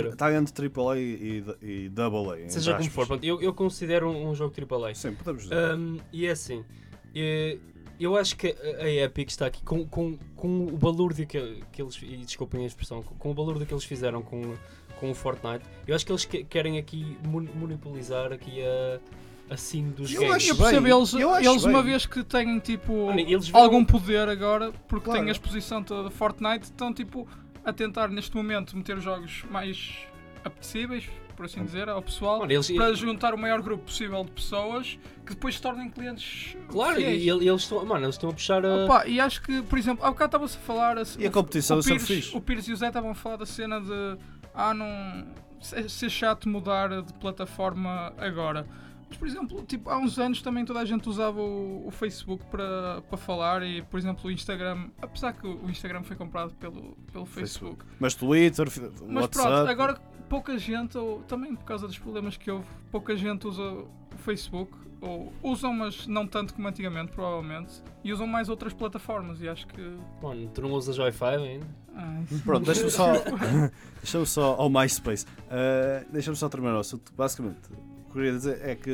Speaker 3: considero.
Speaker 2: Está entre AAA e, e, e AA. entre
Speaker 3: seja como
Speaker 2: aspas.
Speaker 3: for, pronto, eu, eu considero um, um jogo AAA.
Speaker 2: Sim, podemos dizer.
Speaker 3: Um, e é assim, eh, eu acho que a a Epic está aqui com, com, com o balúrdio que, que eles, e desculpem a expressão, com, com o balúrdio que eles fizeram com, com o Fortnite, eu acho que eles que- querem aqui mon- monopolizar aqui a, a scene dos
Speaker 2: Eu
Speaker 3: games.
Speaker 2: acho
Speaker 5: Eu percebo,
Speaker 2: bem,
Speaker 5: eles,
Speaker 2: eu acho
Speaker 5: eles uma
Speaker 2: bem.
Speaker 5: vez que têm tipo
Speaker 3: Olha, eles viram-
Speaker 5: algum poder agora, porque
Speaker 2: Claro.
Speaker 5: têm a exposição toda de Fortnite, estão tipo a tentar neste momento meter jogos mais apetecíveis, por assim dizer, ao pessoal,
Speaker 3: Olha, eles-
Speaker 5: para juntar o maior grupo possível de pessoas que depois se tornem clientes.
Speaker 3: Claro,
Speaker 5: fiéis.
Speaker 3: e, e eles estão, mano, eles estão a puxar a...
Speaker 5: Opa, e acho que, por exemplo, há bocado estava-se a falar. assim,
Speaker 2: E a competição
Speaker 5: o
Speaker 2: é sempre
Speaker 5: Pires-
Speaker 2: fixe.
Speaker 5: O Pires e o Zé estavam a falar da cena de. Ah, não. Ser ser chato mudar de plataforma agora. Mas, por exemplo, tipo, há uns anos também toda a gente usava o, o Facebook para, para falar e, por exemplo, o Instagram. Apesar que o Instagram foi comprado pelo, pelo
Speaker 2: Facebook.
Speaker 5: Facebook.
Speaker 2: Mas Twitter, fi-
Speaker 5: Mas
Speaker 2: WhatsApp.
Speaker 5: pronto, agora pouca gente, ou também por causa dos problemas que houve, pouca gente usa o Facebook, ou usam, mas não tanto como antigamente, provavelmente, e usam mais outras plataformas, e acho que. ah,
Speaker 3: Mano, tu não usas Wi-Fi ainda?
Speaker 5: Ai, sim.
Speaker 2: Pronto, deixa-me só. deixa-me só. Ao MySpace. Ah, deixa-me só terminar o assunto. Basicamente, o que eu queria dizer é que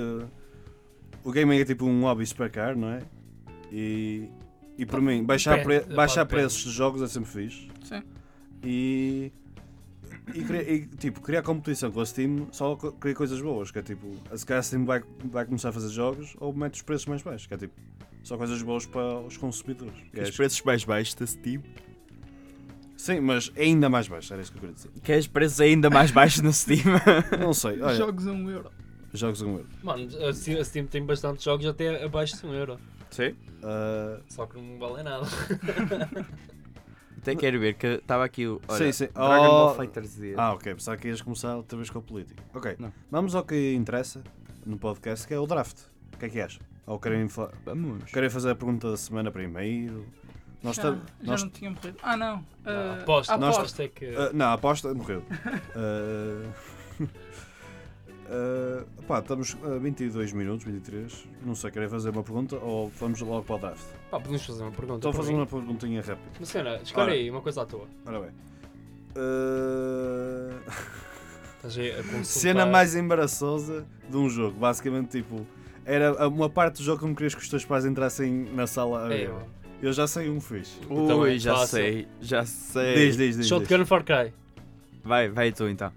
Speaker 2: o gaming é tipo um hobby super caro, não é? E. E por mim, baixar, pre-
Speaker 3: Depende, pá,
Speaker 2: baixar
Speaker 3: depende.
Speaker 2: preços de jogos é sempre fixe.
Speaker 5: Sim.
Speaker 2: E. E, criar, e, tipo, criar competição com a Steam só co- cria coisas boas, que é tipo, se calhar a Steam vai, vai começar a fazer jogos ou mete os preços mais baixos, que é tipo, só coisas boas para os consumidores. Que é
Speaker 4: Os
Speaker 2: isto.
Speaker 4: preços mais baixos da Steam.
Speaker 2: Sim, mas é ainda mais baixo, era isso que eu queria dizer.
Speaker 4: Queres preços ainda mais baixos na Steam?
Speaker 2: Não sei, olha,
Speaker 5: Jogos a um euro.
Speaker 2: jogos a um euro.
Speaker 3: Mano, a Steam, a Steam tem bastante tipo, jogos até abaixo de um euro.
Speaker 4: Sim.
Speaker 2: Ah,
Speaker 3: Só que não vale nada.
Speaker 4: Até quero ver que estava aqui o.
Speaker 2: Sim,
Speaker 4: Olha,
Speaker 2: sim.
Speaker 4: Dragon Ball
Speaker 2: Oh.
Speaker 4: Fighter Z.
Speaker 2: ah, ok, pensava que ias começar outra vez com a política. Ok,
Speaker 4: Não.
Speaker 2: vamos ao que interessa no podcast, que é o draft. O que é que acham? Ou querem, fa-
Speaker 4: Vamos.
Speaker 2: querem fazer a pergunta da semana primeiro? Nós
Speaker 5: já
Speaker 2: tam-
Speaker 5: já
Speaker 2: nós-
Speaker 5: não tinha morrido. Ah, não.
Speaker 3: Não,
Speaker 5: ah,
Speaker 3: aposto,
Speaker 2: nós-
Speaker 5: aposto.
Speaker 3: aposto é que...
Speaker 2: Ah, não, a aposta morreu. Ah, ah, pá, estamos a 22 minutos, 23. Não sei, querem fazer uma pergunta ou vamos logo para o draft?
Speaker 3: Pá, podemos fazer uma pergunta.
Speaker 2: Estou a
Speaker 3: para
Speaker 2: fazer
Speaker 3: Então mim.
Speaker 2: então uma perguntinha rápida.
Speaker 3: Mas cena, escolhe
Speaker 2: Ora.
Speaker 3: aí uma coisa à toa.
Speaker 2: Ora bem. Ah,
Speaker 3: Estás aí a consultar.
Speaker 2: Cena mais embaraçosa de um jogo. Basicamente, tipo, era uma parte do jogo que não querias que os teus pais entrassem na sala a
Speaker 3: É,
Speaker 2: ver.
Speaker 3: mano.
Speaker 2: Eu já sei um fixe.
Speaker 3: Eu também,
Speaker 4: Ui, já
Speaker 3: fácil.
Speaker 4: sei, já
Speaker 3: É.
Speaker 4: sei.
Speaker 2: Diz, diz, diz. diz.
Speaker 3: Shotgun Far Cry.
Speaker 4: Vai, vai tu então.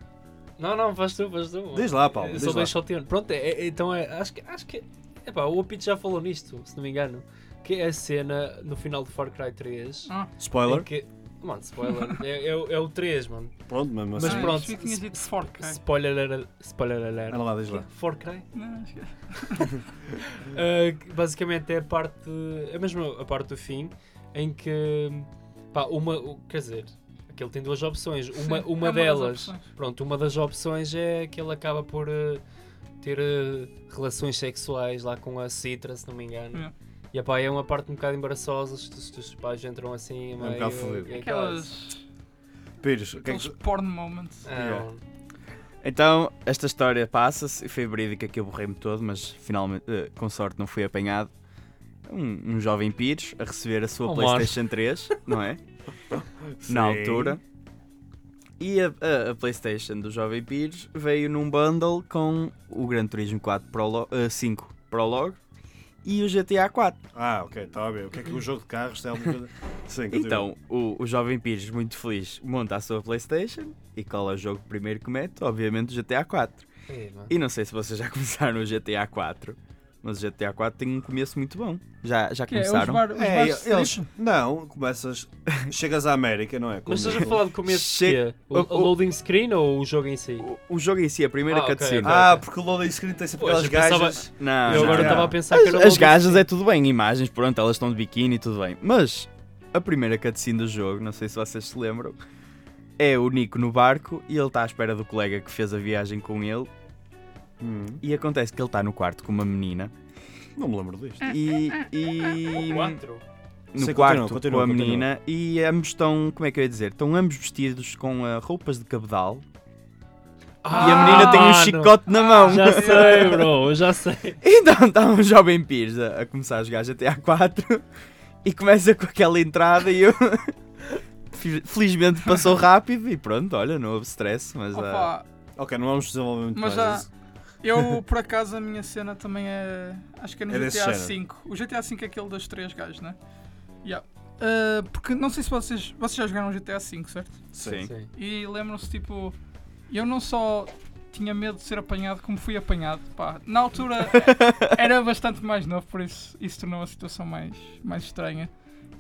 Speaker 3: Não, não, faz tu, faz tu. mano.
Speaker 2: Diz lá, Paulo,
Speaker 3: Eu
Speaker 2: diz
Speaker 3: só
Speaker 2: lá.
Speaker 3: dois Shotgun. Pronto, é- é- então é. Acho que. Acho que epá, o Apito já falou nisto, se não me engano. Que é a cena no final do Far Cry 3.
Speaker 5: Ah,
Speaker 2: Spoiler.
Speaker 3: em que- Mano, spoiler. é, é o- é o 3, mano.
Speaker 2: Pronto, mesmo
Speaker 3: Mas
Speaker 2: assim.
Speaker 5: ah,
Speaker 3: pronto,
Speaker 5: achei que tinha dito é?
Speaker 3: se-
Speaker 5: fork.
Speaker 3: Spoiler alert. Spoiler alert.
Speaker 2: Anda lá, diz lá.
Speaker 3: Far Cry?
Speaker 5: Não, acho que-
Speaker 3: Uh, que basicamente é a parte, é mesmo a parte do fim, em que, pá, uma, o- quer dizer, aquele tem duas opções, uma,
Speaker 5: Sim, é
Speaker 3: uma
Speaker 5: das
Speaker 3: delas,
Speaker 5: opções.
Speaker 3: pronto, uma das opções é que ele acaba por uh, ter uh, relações sexuais lá com a Citra, se não me engano,
Speaker 5: Yeah.
Speaker 3: e pá, é uma parte um bocado embaraçosa, se os teus pais entram assim,
Speaker 2: um
Speaker 3: meio,
Speaker 2: bocado fodido.
Speaker 3: é
Speaker 5: Aquelas.
Speaker 2: Pires, o que é
Speaker 5: Aqueles
Speaker 2: que-
Speaker 3: Então,
Speaker 5: porn moments.
Speaker 3: quase- Ah,
Speaker 2: Yeah.
Speaker 3: mano.
Speaker 4: Então, esta história passa-se, e foi verídica que eu borrei-me todo, mas finalmente, eh, com sorte, não fui apanhado. Um, um jovem Pires a receber a sua
Speaker 3: Oh,
Speaker 4: PlayStation 3, não é?
Speaker 2: Sim.
Speaker 4: Na altura. E a, a- a PlayStation do jovem Pires veio num bundle com o Gran Turismo 4 Prolo- eh, 5 Prologue e o GTA 4.
Speaker 2: Ah, ok, está a ver. O que é que o jogo de carros tem alguma coisa. Sim, continua.
Speaker 4: Então, o, o jovem Pires, muito feliz, monta a sua Playstation e cola o jogo primeiro que mete, obviamente o GTA 4.
Speaker 3: É, mano.
Speaker 4: E não sei se vocês já começaram o GTA 4, mas o GTA 4 tem um começo muito bom. Já, já
Speaker 5: Que é, os,
Speaker 4: começaram?
Speaker 5: bar, os
Speaker 2: É,
Speaker 5: bares de
Speaker 2: eles-
Speaker 5: strip.
Speaker 2: Não, começas. Chegas à América, não é?
Speaker 3: Mas
Speaker 2: Como-
Speaker 3: estás a falar de começo de
Speaker 4: Chega-
Speaker 3: quê? O,
Speaker 4: o-
Speaker 3: o loading screen ou o jogo em si?
Speaker 4: o, o jogo em si, a primeira
Speaker 3: Ah, ok,
Speaker 4: cutscene.
Speaker 3: ok.
Speaker 2: Ah, porque o loading screen tem sempre
Speaker 3: Pois,
Speaker 2: aquelas
Speaker 3: eu pensava-
Speaker 2: gajas.
Speaker 4: não,
Speaker 3: Eu
Speaker 4: não,
Speaker 3: agora
Speaker 4: não.
Speaker 3: estava a pensar que
Speaker 4: Ah, As,
Speaker 3: era
Speaker 4: as
Speaker 3: loading
Speaker 4: gajas
Speaker 3: screen.
Speaker 4: é tudo bem, imagens, pronto, elas estão de biquíni e tudo bem. Mas a primeira cutscene do jogo, não sei se vocês se lembram, é o Nico no barco e ele está à espera do colega que fez a viagem com ele.
Speaker 2: Hum,
Speaker 4: E acontece que ele está no quarto com uma menina
Speaker 2: não me lembro disto.
Speaker 4: e. e-
Speaker 3: Quatro.
Speaker 4: no
Speaker 2: Sim,
Speaker 4: quarto
Speaker 2: continua, continua,
Speaker 4: com a
Speaker 2: continua.
Speaker 4: menina e ambos estão, como é que eu ia dizer? Estão ambos vestidos com ah, roupas de cabedal e a
Speaker 5: Ah,
Speaker 4: menina tem um
Speaker 3: mano.
Speaker 4: chicote na mão.
Speaker 2: Ah.
Speaker 3: Já sei, bro, eu já sei.
Speaker 4: Então está um jovem Pires a, a começar a jogar GTA 4 e começa com aquela entrada e eu. Fi- Felizmente passou rápido e pronto, olha, não houve stress, mas. ah,
Speaker 5: Opa,
Speaker 2: Ok, não vamos desenvolver muito
Speaker 5: Mas
Speaker 2: mais.
Speaker 5: já- Eu, por acaso, a minha cena também é. Acho que é no
Speaker 2: É desse
Speaker 5: GTA V.
Speaker 2: género.
Speaker 5: O GTA V é aquele das três gajos, né? Yeah. Ah, porque não sei se vocês. Vocês já jogaram o GTA V, certo?
Speaker 4: sim.
Speaker 3: Sim.
Speaker 5: E lembram-se, tipo. Eu não só tinha medo de ser apanhado, como fui apanhado. Pá, na altura era bastante mais novo, por isso isso tornou a situação mais, mais estranha.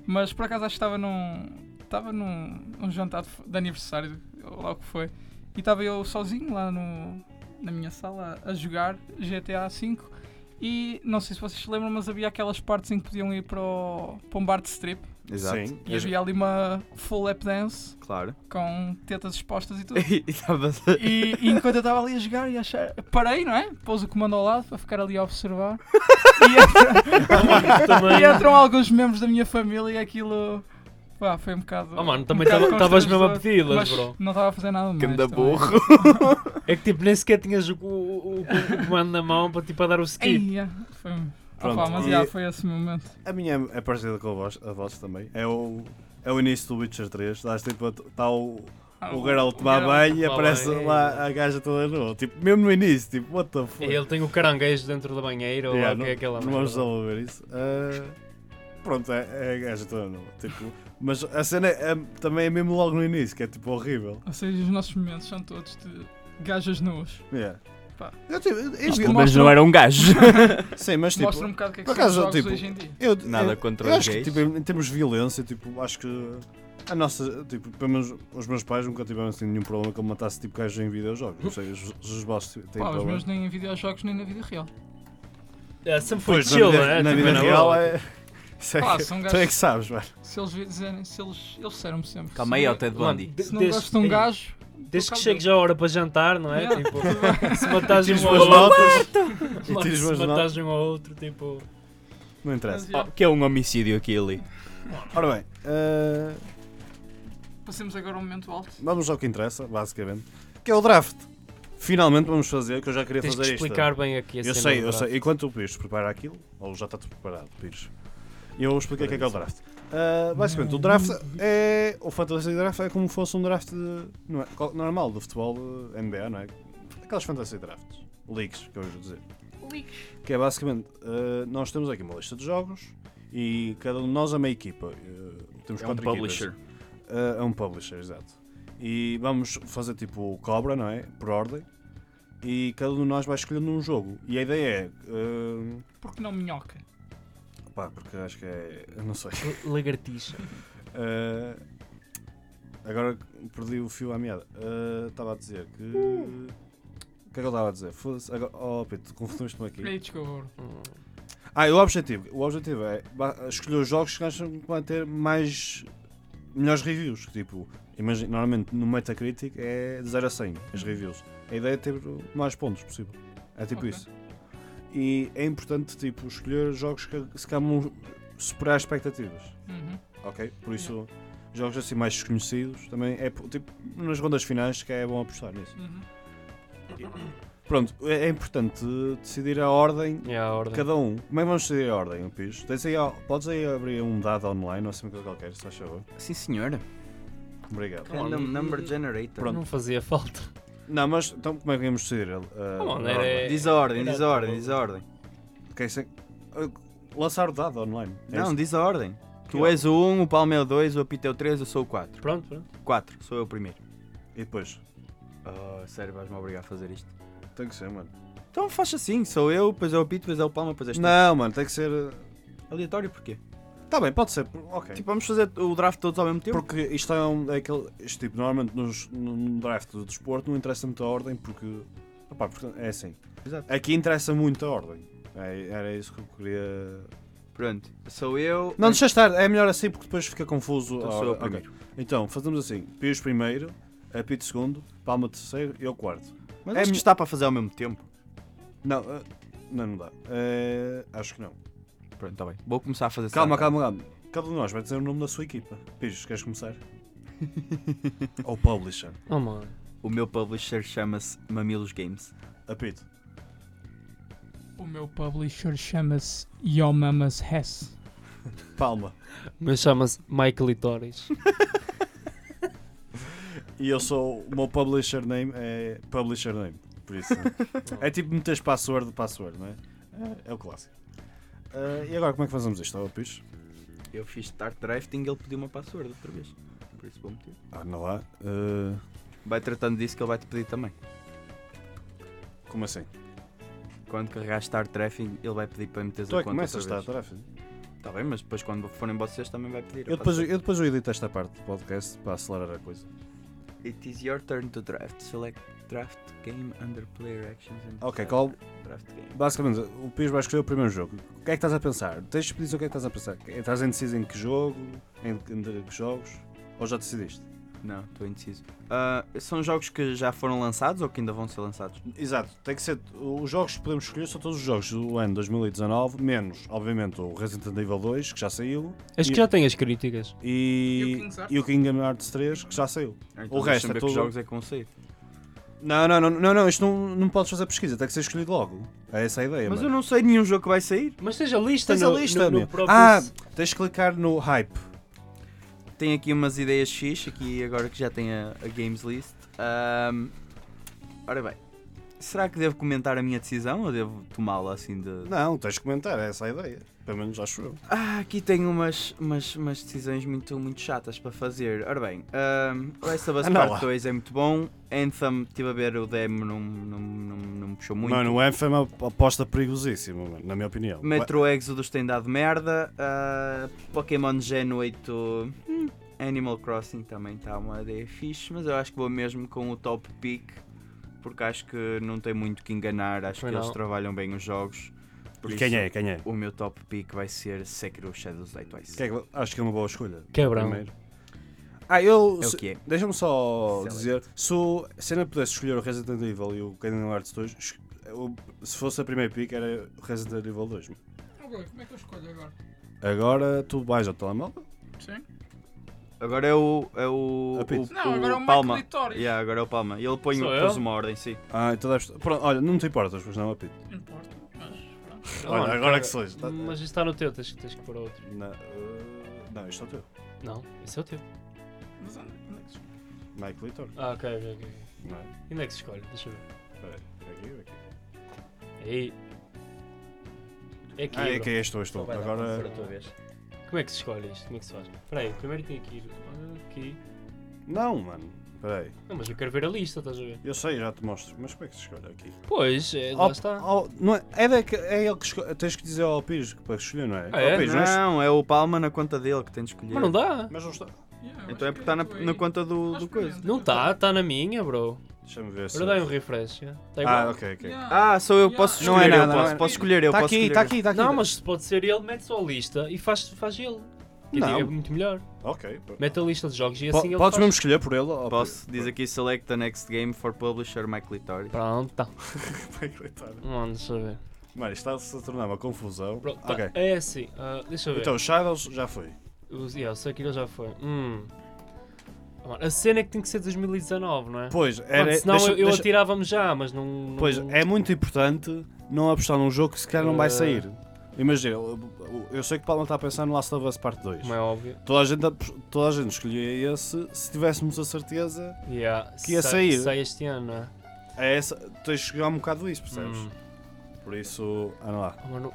Speaker 5: Mas por acaso acho que estava num. Estava num, num jantar de, de aniversário, ou lá o que foi, e estava eu sozinho lá no, na minha sala a jogar GTA V. E não sei se vocês se lembram, mas havia aquelas partes em que podiam ir para, o, para um bar de strip
Speaker 4: eh, Exato.
Speaker 2: Sim.
Speaker 5: e havia ali uma full lap dance
Speaker 4: Claro.
Speaker 5: com tetas expostas e tudo.
Speaker 4: E estava-
Speaker 5: E, e enquanto eu estava ali a jogar e a achar. Parei, não é? Pôs o comando ao lado para ficar ali a observar. E entra- e entram,
Speaker 3: também-
Speaker 5: alguns membros da minha família e aquilo. Pá, foi um bocado.
Speaker 3: Oh, mano, também
Speaker 5: um bocado
Speaker 3: estavas mesmo a
Speaker 5: constrangedor,
Speaker 3: pedi-las,
Speaker 5: mas
Speaker 3: bro.
Speaker 5: Não estava a fazer nada mais. tá
Speaker 4: Ganda
Speaker 5: também.
Speaker 4: burro.
Speaker 3: É que tipo, nem sequer tinhas o, o, o- o comando na mão para tipo, a dar o skip.
Speaker 5: Ei, é, foi.
Speaker 2: Pronto,
Speaker 5: Opa, mas
Speaker 2: e-
Speaker 5: já foi esse momento.
Speaker 2: A minha é parecida com a vossa, a vossa também. É o, é o início do Witcher 3. Dás tipo. Está o,
Speaker 5: Ah,
Speaker 2: o Geralt tomar banho e
Speaker 3: tomar
Speaker 2: aparece
Speaker 3: banho.
Speaker 2: lá a gaja toda nua. Tipo, mesmo no início. Tipo, what the fuck.
Speaker 3: É, Ele tem o caranguejo dentro da banheira ou lá
Speaker 2: Yeah,
Speaker 3: o que é aquela
Speaker 2: não vamos
Speaker 3: merda.
Speaker 2: desenvolver isso. Ah, pronto, é, é a gaja toda nua. Tipo, mas a cena é- é- também é mesmo logo no início, que é tipo horrível.
Speaker 5: Ou seja, os nossos momentos são todos de gajas nuas.
Speaker 2: Yeah.
Speaker 5: Pá.
Speaker 2: Eu, tipo, eu- eu-
Speaker 4: Pelo menos não
Speaker 5: mostram-
Speaker 4: era um gajo.
Speaker 2: sim, mas tipo.
Speaker 5: Mostra um bocado o que é que
Speaker 2: por
Speaker 5: são os
Speaker 2: acaso,
Speaker 5: jogos
Speaker 2: tipo,
Speaker 5: hoje em dia.
Speaker 2: Eu,
Speaker 4: Nada
Speaker 2: eu,
Speaker 4: contra
Speaker 2: eu
Speaker 4: os
Speaker 2: acho que,
Speaker 4: gays.
Speaker 2: tipo, em, em termos de violência, tipo, acho que a nossa, tipo, pelo menos os meus pais nunca tiveram assim, nenhum problema que eu matasse tipo gajos em videojogos. Não sei, os, os vossos têm
Speaker 5: Pá, os
Speaker 2: problema.
Speaker 5: meus nem em videojogos nem na vida real.
Speaker 3: É, sempre foi
Speaker 2: Pois, na
Speaker 3: chill,
Speaker 2: vida,
Speaker 3: né?
Speaker 2: na
Speaker 3: Tipo,
Speaker 2: vida real
Speaker 3: boa.
Speaker 2: é. Isso é
Speaker 5: Pá,
Speaker 2: que-
Speaker 5: são
Speaker 2: Tu é
Speaker 5: gajos-
Speaker 2: que sabes, mano.
Speaker 5: Se eles dizerem, se eles, eles disseram-me sempre.
Speaker 4: Calma aí,
Speaker 5: se-
Speaker 4: ó Ted
Speaker 3: Mano,
Speaker 4: Bundy.
Speaker 3: de-
Speaker 5: Se não
Speaker 3: desde-
Speaker 5: gostas de um
Speaker 3: ei,
Speaker 5: gajo.
Speaker 3: Desde que
Speaker 5: por causa
Speaker 3: chegues a hora para jantar, não é?
Speaker 5: Yeah.
Speaker 3: Tipo, se matares
Speaker 2: Tiras
Speaker 3: um
Speaker 2: umas
Speaker 3: ao outro,
Speaker 2: E tiras umas
Speaker 3: se
Speaker 2: notas.
Speaker 3: matares um ao outro, tipo.
Speaker 2: Não interessa.
Speaker 5: Mas, já,
Speaker 4: que é um homicídio aqui e ali.
Speaker 2: Ora bem, eh,
Speaker 4: Oh.
Speaker 5: Passemos agora ao momento alto.
Speaker 2: vamos ao que interessa, basicamente. Que é o draft. Finalmente vamos fazer, que eu já queria
Speaker 3: Tens que
Speaker 2: fazer isto.
Speaker 3: explicar é bem aqui a
Speaker 2: Eu
Speaker 3: cena
Speaker 2: sei,
Speaker 3: do
Speaker 2: eu
Speaker 3: braço.
Speaker 2: sei. Enquanto o Pires prepara aquilo, ou já está tudo preparado, Pires. Eu expliquei o que é que é o draft. Ah, basicamente, o draft é. O Fantasy Draft é como fosse um draft de- não é, qual- normal do futebol eh, NBA, não é? Aquelas Fantasy Drafts, leaks, que eu ia dizer. Que é basicamente, ah, nós temos aqui uma lista de jogos e cada um de nós é uma equipa. Eh, temos
Speaker 4: É um
Speaker 2: quatro equipas.
Speaker 4: publisher.
Speaker 2: Ah, é um publisher, exato. E vamos fazer tipo cobra, não é? Por ordem. E cada um de nós vai escolhendo um jogo. E a ideia é. ah,
Speaker 5: Porque não minhoca?
Speaker 2: Pá, porque acho que é. Eu não sei.
Speaker 3: Lagartixa.
Speaker 2: Eh, agora perdi o fio à meada. Eh, Estava a dizer que. O que é que eu estava a dizer? Foda-se, agora- Oh, Pito, confundiste-me aqui.
Speaker 5: Aí, desculpa.
Speaker 3: Hum.
Speaker 2: Ah, e o objetivo. O objetivo é ba- escolher os jogos que acham que vão ter mais. melhores reviews. Tipo, imagina, normalmente no Metacritic é de 0 a 100 as reviews. A ideia é ter o mais pontos possível. É tipo
Speaker 5: Ok.
Speaker 2: isso. E é importante, tipo, escolher jogos que se calhar vão superar as expectativas.
Speaker 5: Uhum.
Speaker 2: Ok? Por isso, jogos assim mais desconhecidos também é po- tipo nas rondas finais que é bom apostar nisso.
Speaker 5: Uhum.
Speaker 2: Pronto, é é importante decidir a ordem de
Speaker 3: É a ordem.
Speaker 2: cada um. Como é que vamos decidir a ordem, o Pires? Tens aí, ó, podes aí abrir um dado online ou assim uma coisa qualquer, se faz favor.
Speaker 4: Sim, senhora.
Speaker 2: Obrigado.
Speaker 3: Come on.
Speaker 4: Random number generator.
Speaker 2: Pronto.
Speaker 3: Não fazia falta.
Speaker 2: Não, mas então como é que vamos decidir? a- a-
Speaker 4: É,
Speaker 3: Come on,
Speaker 2: a
Speaker 3: era-
Speaker 2: ordem?
Speaker 4: Diz a ordem, diz a ordem, diz a ordem.
Speaker 2: Quem sem- Ah, lançar o dado online. É
Speaker 4: Não,
Speaker 2: isso.
Speaker 4: diz a ordem. Tu
Speaker 2: Que
Speaker 4: és o 1, o Palme é o 2, o Apito é o 3, eu sou o 4.
Speaker 3: Pronto, pronto.
Speaker 4: 4, sou eu o primeiro.
Speaker 2: E depois?
Speaker 4: Ah, sério, vais-me obrigar a fazer isto?
Speaker 2: Tem que ser, mano.
Speaker 4: Então faz assim, sou eu, depois é o Apito, depois é o Palma, depois és tu.
Speaker 2: Não, mano, tem que ser. eh,
Speaker 4: Aleatório porquê?
Speaker 2: Tá bem, pode ser. Ok.
Speaker 4: Tipo, vamos fazer o draft todos ao mesmo tempo?
Speaker 2: Porque isto é, um, é aquele. Isto, tipo, normalmente nos, num draft do desporto não interessa muito a ordem porque. opá, porque é assim.
Speaker 4: Exato.
Speaker 2: Aqui interessa muito a ordem. É- era isso que eu queria.
Speaker 4: Pronto, sou eu.
Speaker 2: Não, deixa estar, é melhor assim porque depois fica confuso.
Speaker 4: Então
Speaker 2: a
Speaker 4: sou eu
Speaker 2: ordem. Ok.
Speaker 4: primeiro.
Speaker 2: Então, fazemos assim: Pius primeiro, Apito segundo, Palma terceiro e eu quarto.
Speaker 4: Mas
Speaker 2: É
Speaker 4: acho que
Speaker 2: melhor-
Speaker 4: está para fazer ao mesmo tempo.
Speaker 2: Não, eh, não, não dá. Eh, acho que não.
Speaker 4: Pronto, está bem. Vou começar a fazer
Speaker 2: Calma,
Speaker 4: samba.
Speaker 2: calma, calma. Cada um de nós vai dizer o nome da sua equipa. Pius, queres começar? Ou publisher?
Speaker 3: Oh, mano.
Speaker 4: O meu publisher chama-se Mamilos Games.
Speaker 2: Apito.
Speaker 5: O meu publisher chama-se Yo Mamas Hess.
Speaker 2: Palma.
Speaker 3: Mas chama-se Michael Litoris.
Speaker 2: E eu sou. O meu publisher name é. Publisher name. Por isso. é tipo meteres password, password, não é? É, é o clássico. Eh, e agora como é que fazemos isto? Oh, Pius?
Speaker 4: Eu fiz Start Drafting e ele pediu uma password outra vez. Por isso vou meter.
Speaker 2: Ah, não há. Eh,
Speaker 4: Vai tratando disso que ele vai te pedir também.
Speaker 2: como assim?
Speaker 4: Quando carregar Start Drafting, ele vai pedir para meteres
Speaker 2: Tu
Speaker 4: a
Speaker 2: é que
Speaker 4: conta
Speaker 2: começas,
Speaker 4: outra
Speaker 2: tá?
Speaker 4: vez.
Speaker 2: Tarefa.
Speaker 4: Tá bem, mas depois quando forem vocês também vai pedir. a
Speaker 2: Eu depois,
Speaker 4: password.
Speaker 2: eu depois eu edito esta parte do podcast para acelerar a coisa.
Speaker 4: It is your turn to draft. Select draft game under player actions and
Speaker 2: Ok,
Speaker 4: decide
Speaker 2: qual-
Speaker 4: draft game.
Speaker 2: Basicamente, o Pius vai escolher o primeiro jogo. O que é que estás a pensar? Tens de dizer o que é que estás a pensar? Que- Estás indeciso em que jogo? Em, em de- que jogos? Ou já decidiste?
Speaker 4: Não, estou indeciso. Ah, são jogos que já foram lançados ou que ainda vão ser lançados?
Speaker 2: Exato, tem que ser. Os jogos que podemos escolher são todos os jogos do ano 2019, menos, obviamente, o Resident Evil 2, que já saiu,
Speaker 3: Acho que já tem as críticas.
Speaker 2: e,
Speaker 5: E o King's Hearts?
Speaker 2: e o Kingdom Hearts 3, que já saiu.
Speaker 4: Então,
Speaker 2: O resto
Speaker 4: deixa-me
Speaker 2: é
Speaker 4: ver
Speaker 2: tudo-
Speaker 4: que jogos é que vão sair.
Speaker 2: Não, não, não, não, não isto não, não podes fazer pesquisa, tem que ser escolhido logo. É essa a ideia.
Speaker 4: Mas eu
Speaker 2: mano.
Speaker 4: não sei nenhum jogo que vai sair.
Speaker 3: Mas seja lista,
Speaker 2: Tens a
Speaker 3: no,
Speaker 2: lista,
Speaker 3: no,
Speaker 2: meu.
Speaker 3: no próprio...
Speaker 2: Ah, tens de clicar no hype.
Speaker 4: Tem aqui umas ideias X, aqui agora que já tem a, a games list. Ahm, ora bem, será que devo comentar a minha decisão ou devo tomá-la assim de.
Speaker 2: Não, tens de comentar, é essa a ideia. Pelo menos acho eu.
Speaker 4: Ah, aqui tenho umas, umas, umas decisões muito, muito chatas para fazer. Ora bem, ahm, Last of Us
Speaker 2: Anda
Speaker 4: Part
Speaker 2: lá.
Speaker 4: 2 é muito bom. Anthem, estive a ver o demo, não, não, não, não me puxou muito.
Speaker 2: Mano, o Anthem é uma aposta perigosíssima, mano, na minha opinião.
Speaker 4: Metro Exodus tem dado merda. ah, Pokémon Gen 8. hum, Animal Crossing também está uma ideia fixe, mas eu acho que vou mesmo com o top pick, porque acho que não tem muito que enganar, acho
Speaker 3: Pois
Speaker 4: que eles
Speaker 3: não.
Speaker 4: trabalham bem os jogos. Por
Speaker 2: E quem
Speaker 4: isso,
Speaker 2: é? Quem é?
Speaker 4: O meu top pick vai ser Sekiro Shadows Die Twice.
Speaker 2: Que é que- acho que é uma boa escolha.
Speaker 3: Quebrão.
Speaker 2: Primeiro. Ah, eu.
Speaker 4: É o
Speaker 2: se-
Speaker 4: que é.
Speaker 2: Deixa-me só
Speaker 4: Select.
Speaker 2: dizer. Se, o- se ainda pudesse escolher o Resident Evil e o Kingdom Hearts 2, es- eu- se fosse a primeira pick era o Resident Evil 2.
Speaker 5: Ok, como é que eu escolho agora?
Speaker 2: Agora tu vais ao telemóvel.
Speaker 5: Sim?
Speaker 4: Agora é o. É o,
Speaker 2: Apito.
Speaker 4: o-
Speaker 5: Não, agora é o Michael
Speaker 4: Palma.
Speaker 5: Litóris.
Speaker 4: Yeah, agora é o Palma. Ele põe
Speaker 3: Sou
Speaker 4: pôs
Speaker 3: eu?
Speaker 4: uma ordem, sim.
Speaker 2: Ah, então deves. Pronto, olha, não te importas, pois não, apito.
Speaker 5: Não importa, mas pronto.
Speaker 2: Olha, agora que sois. tá-
Speaker 3: Mas isso está no teu, tens, tens que pôr outro.
Speaker 2: Na- eh, não, isto é o teu.
Speaker 3: Não, esse é o teu.
Speaker 5: Mas onde onde é que se escolhe?
Speaker 2: Mike Litor.
Speaker 3: Ah, ok, ok, ok.
Speaker 2: Não é?
Speaker 3: Ainda é que se escolhe, deixa eu ver.
Speaker 2: Espera
Speaker 3: é
Speaker 2: aí, aqui ou aqui?
Speaker 3: Aí. É aqui.
Speaker 2: Ah, é
Speaker 3: bro.
Speaker 2: que é este ou este outro. Agora.
Speaker 3: Como é que se escolhe isto? Como é que se faz? Espera aí, primeiro tem que ir aqui.
Speaker 2: Não, mano. Espera aí.
Speaker 3: Não, mas eu quero ver a lista, estás a ver?
Speaker 2: Eu sei, já te mostro. Mas como é que se escolhe aqui?
Speaker 3: Pois, é,
Speaker 2: Ó,
Speaker 3: lá está.
Speaker 2: ó, não é, é, da, é ele que escolhe. Tens que dizer ao Pires que para escolher, não é?
Speaker 3: Ah, é?
Speaker 2: Ó, Pires, não es-
Speaker 4: Não, é o Palma na conta dele que tem de escolher.
Speaker 3: Mas não dá.
Speaker 2: Mas não está.
Speaker 5: Yeah, eu
Speaker 4: Então é
Speaker 5: acho
Speaker 4: porque
Speaker 5: que
Speaker 4: está na,
Speaker 5: estou aí.
Speaker 4: na conta do,
Speaker 5: Mas
Speaker 4: do coisa.
Speaker 5: experimenta.
Speaker 3: Não está, está na minha, bro.
Speaker 2: Deixa-me ver se.
Speaker 3: Agora dá um refresh. já. Tá igual.
Speaker 2: Ah, ok, ok.
Speaker 5: Yeah.
Speaker 4: Ah, sou eu que posso
Speaker 2: Não é
Speaker 4: escolher.
Speaker 2: nada,
Speaker 4: eu
Speaker 2: não
Speaker 4: posso,
Speaker 2: é-
Speaker 4: posso escolher. Eu
Speaker 3: Tá
Speaker 2: Está
Speaker 4: posso
Speaker 2: aqui,
Speaker 4: escolher.
Speaker 2: está aqui, está aqui.
Speaker 3: Não, mas se pode ser ele, mete só a lista e faz, faz ele. Que
Speaker 2: Não.
Speaker 3: É muito melhor.
Speaker 2: Ok. pô.
Speaker 3: Mete a lista de jogos e
Speaker 2: Po-
Speaker 3: assim ele
Speaker 2: podes
Speaker 3: faz.
Speaker 2: mesmo escolher por ele? ó,
Speaker 4: Posso,
Speaker 2: Pires.
Speaker 4: diz aqui select the next game for publisher Mike Litori.
Speaker 3: Pronto, tá.
Speaker 2: Vai gritar.
Speaker 3: Mano, deixa eu ver.
Speaker 2: Mano, isto está-se a tornar uma confusão.
Speaker 3: Pronto, tá.
Speaker 2: Ok.
Speaker 3: É assim, ah, deixa eu ver.
Speaker 2: Então, Shadows já foi.
Speaker 3: O, yeah, o Sekiro já foi. Hum. Ah, mano, A cena é que tem que ser 2019, não é?
Speaker 2: Pois, era.
Speaker 3: Mano, senão
Speaker 2: deixa-
Speaker 3: eu, eu
Speaker 2: deixa-
Speaker 3: atirava-me já, mas não. não-
Speaker 2: Pois, é muito importante não apostar num jogo que se calhar não vai
Speaker 3: Eh.
Speaker 2: sair. Imagina, eu, eu sei que o Palma está a pensar no Last of Us Part 2.
Speaker 3: Como é óbvio.
Speaker 2: Toda a gente, ap- toda a gente escolhia esse se tivéssemos a certeza.
Speaker 3: Yeah,
Speaker 2: Que ia
Speaker 3: sai-
Speaker 2: sair.
Speaker 3: Sai este ano, não é?
Speaker 2: É essa, tens de chegar um bocado isso, percebes?
Speaker 3: Hum.
Speaker 2: Por isso, anda lá.
Speaker 3: Ah, mano,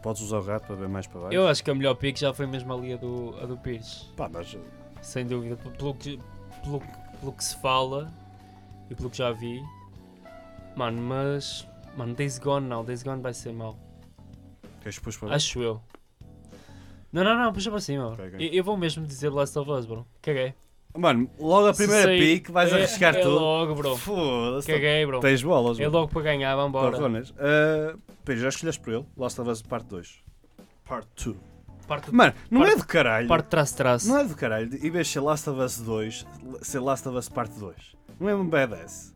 Speaker 2: Podes usar o rato para ver mais para baixo.
Speaker 3: Eu acho que a melhor pick já foi mesmo ali a do, a do Pires.
Speaker 2: Pá, mas eh,
Speaker 3: Sem dúvida. P- Pelo que, pelo, que- pelo que se fala e pelo que já vi. Mano, mas. Mano, Days Gone não. Days Gone vai ser mau.
Speaker 2: queres depois para
Speaker 3: Acho eu. Não, não, não. Puxa para cima.
Speaker 2: Ok, ok.
Speaker 3: Eu, eu vou mesmo dizer Last of Us, bro. Caguei.
Speaker 2: Mano, logo a
Speaker 3: Se
Speaker 2: primeira
Speaker 3: sei-
Speaker 2: pick vais
Speaker 3: é-
Speaker 2: arriscar
Speaker 3: É
Speaker 2: tudo.
Speaker 3: logo, bro.
Speaker 2: Foda-se.
Speaker 3: Caguei, bro.
Speaker 2: Tens bolas,
Speaker 3: É
Speaker 2: mano.
Speaker 3: logo para ganhar. Vambora.
Speaker 2: Corcones. Ah, Pois, já escolheste por ele. Last of Us Part 2. Part 2.
Speaker 3: Parte,
Speaker 2: Mano, não
Speaker 3: Part-
Speaker 2: é do caralho.
Speaker 3: parte traço, traço.
Speaker 2: Não é do caralho. Em vez de ser Last of Us 2, ser Last of Us Part 2. Não é um badass.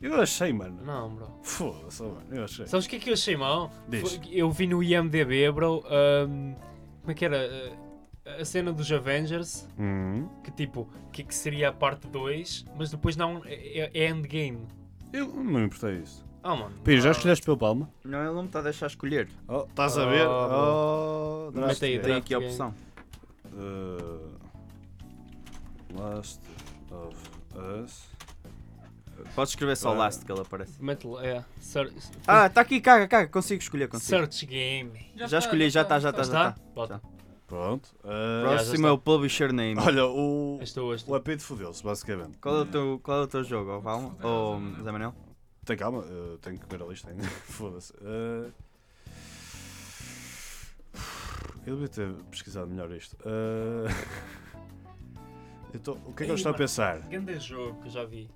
Speaker 2: Eu achei, mano.
Speaker 3: Não, bro.
Speaker 2: Foda-se, mano. Eu achei.
Speaker 3: Sabes o que é que eu achei mal?
Speaker 2: Diz.
Speaker 3: Foi- Eu vi no IMDB, bro, ahm, como é que era? Ah, a cena dos Avengers,
Speaker 2: Hum.
Speaker 3: que tipo, que, que seria a parte 2, mas depois não, é, é endgame.
Speaker 2: Eu não me importei isso.
Speaker 3: Ah, mano.
Speaker 2: Pires, já
Speaker 3: ah,
Speaker 2: escolheste pelo Palma?
Speaker 4: Não, ele não me está a deixar escolher.
Speaker 2: Oh, estás a ver? Oh,
Speaker 3: Ah, Mete aí,
Speaker 2: draft.
Speaker 4: Tem aqui a
Speaker 3: game.
Speaker 4: opção.
Speaker 2: Uh, last of Us.
Speaker 4: Podes escrever só
Speaker 2: Ah.
Speaker 4: last que ele aparece.
Speaker 3: Mete lá, é. Search,
Speaker 4: Ah, está aqui, caga, caga. Consigo escolher, consigo.
Speaker 3: search game.
Speaker 5: tá,
Speaker 3: tá?
Speaker 4: Já escolhi, já está, já
Speaker 2: Tá,
Speaker 4: tá. está, já
Speaker 3: Está?
Speaker 4: está.
Speaker 3: Bota.
Speaker 2: Pronto. Uh,
Speaker 3: Pronto.
Speaker 4: Próximo é o publisher name.
Speaker 2: Olha, o,
Speaker 3: És tu, és tu.
Speaker 2: o apito fodeu-se, basicamente.
Speaker 4: Qual é o teu, qual é o teu jogo, ó, Palma?
Speaker 5: Fudeu,
Speaker 4: Ou
Speaker 5: Zé Manel.
Speaker 4: Zé Manel?
Speaker 2: Tem calma, uh, tenho que ver a lista ainda. Foda-se. Uh, eu devia ter pesquisado melhor isto. Uh, eu tô- o que é que eu
Speaker 3: Ei,
Speaker 2: estou a
Speaker 3: mano.
Speaker 2: pensar?
Speaker 3: Grande jogo que eu já vi.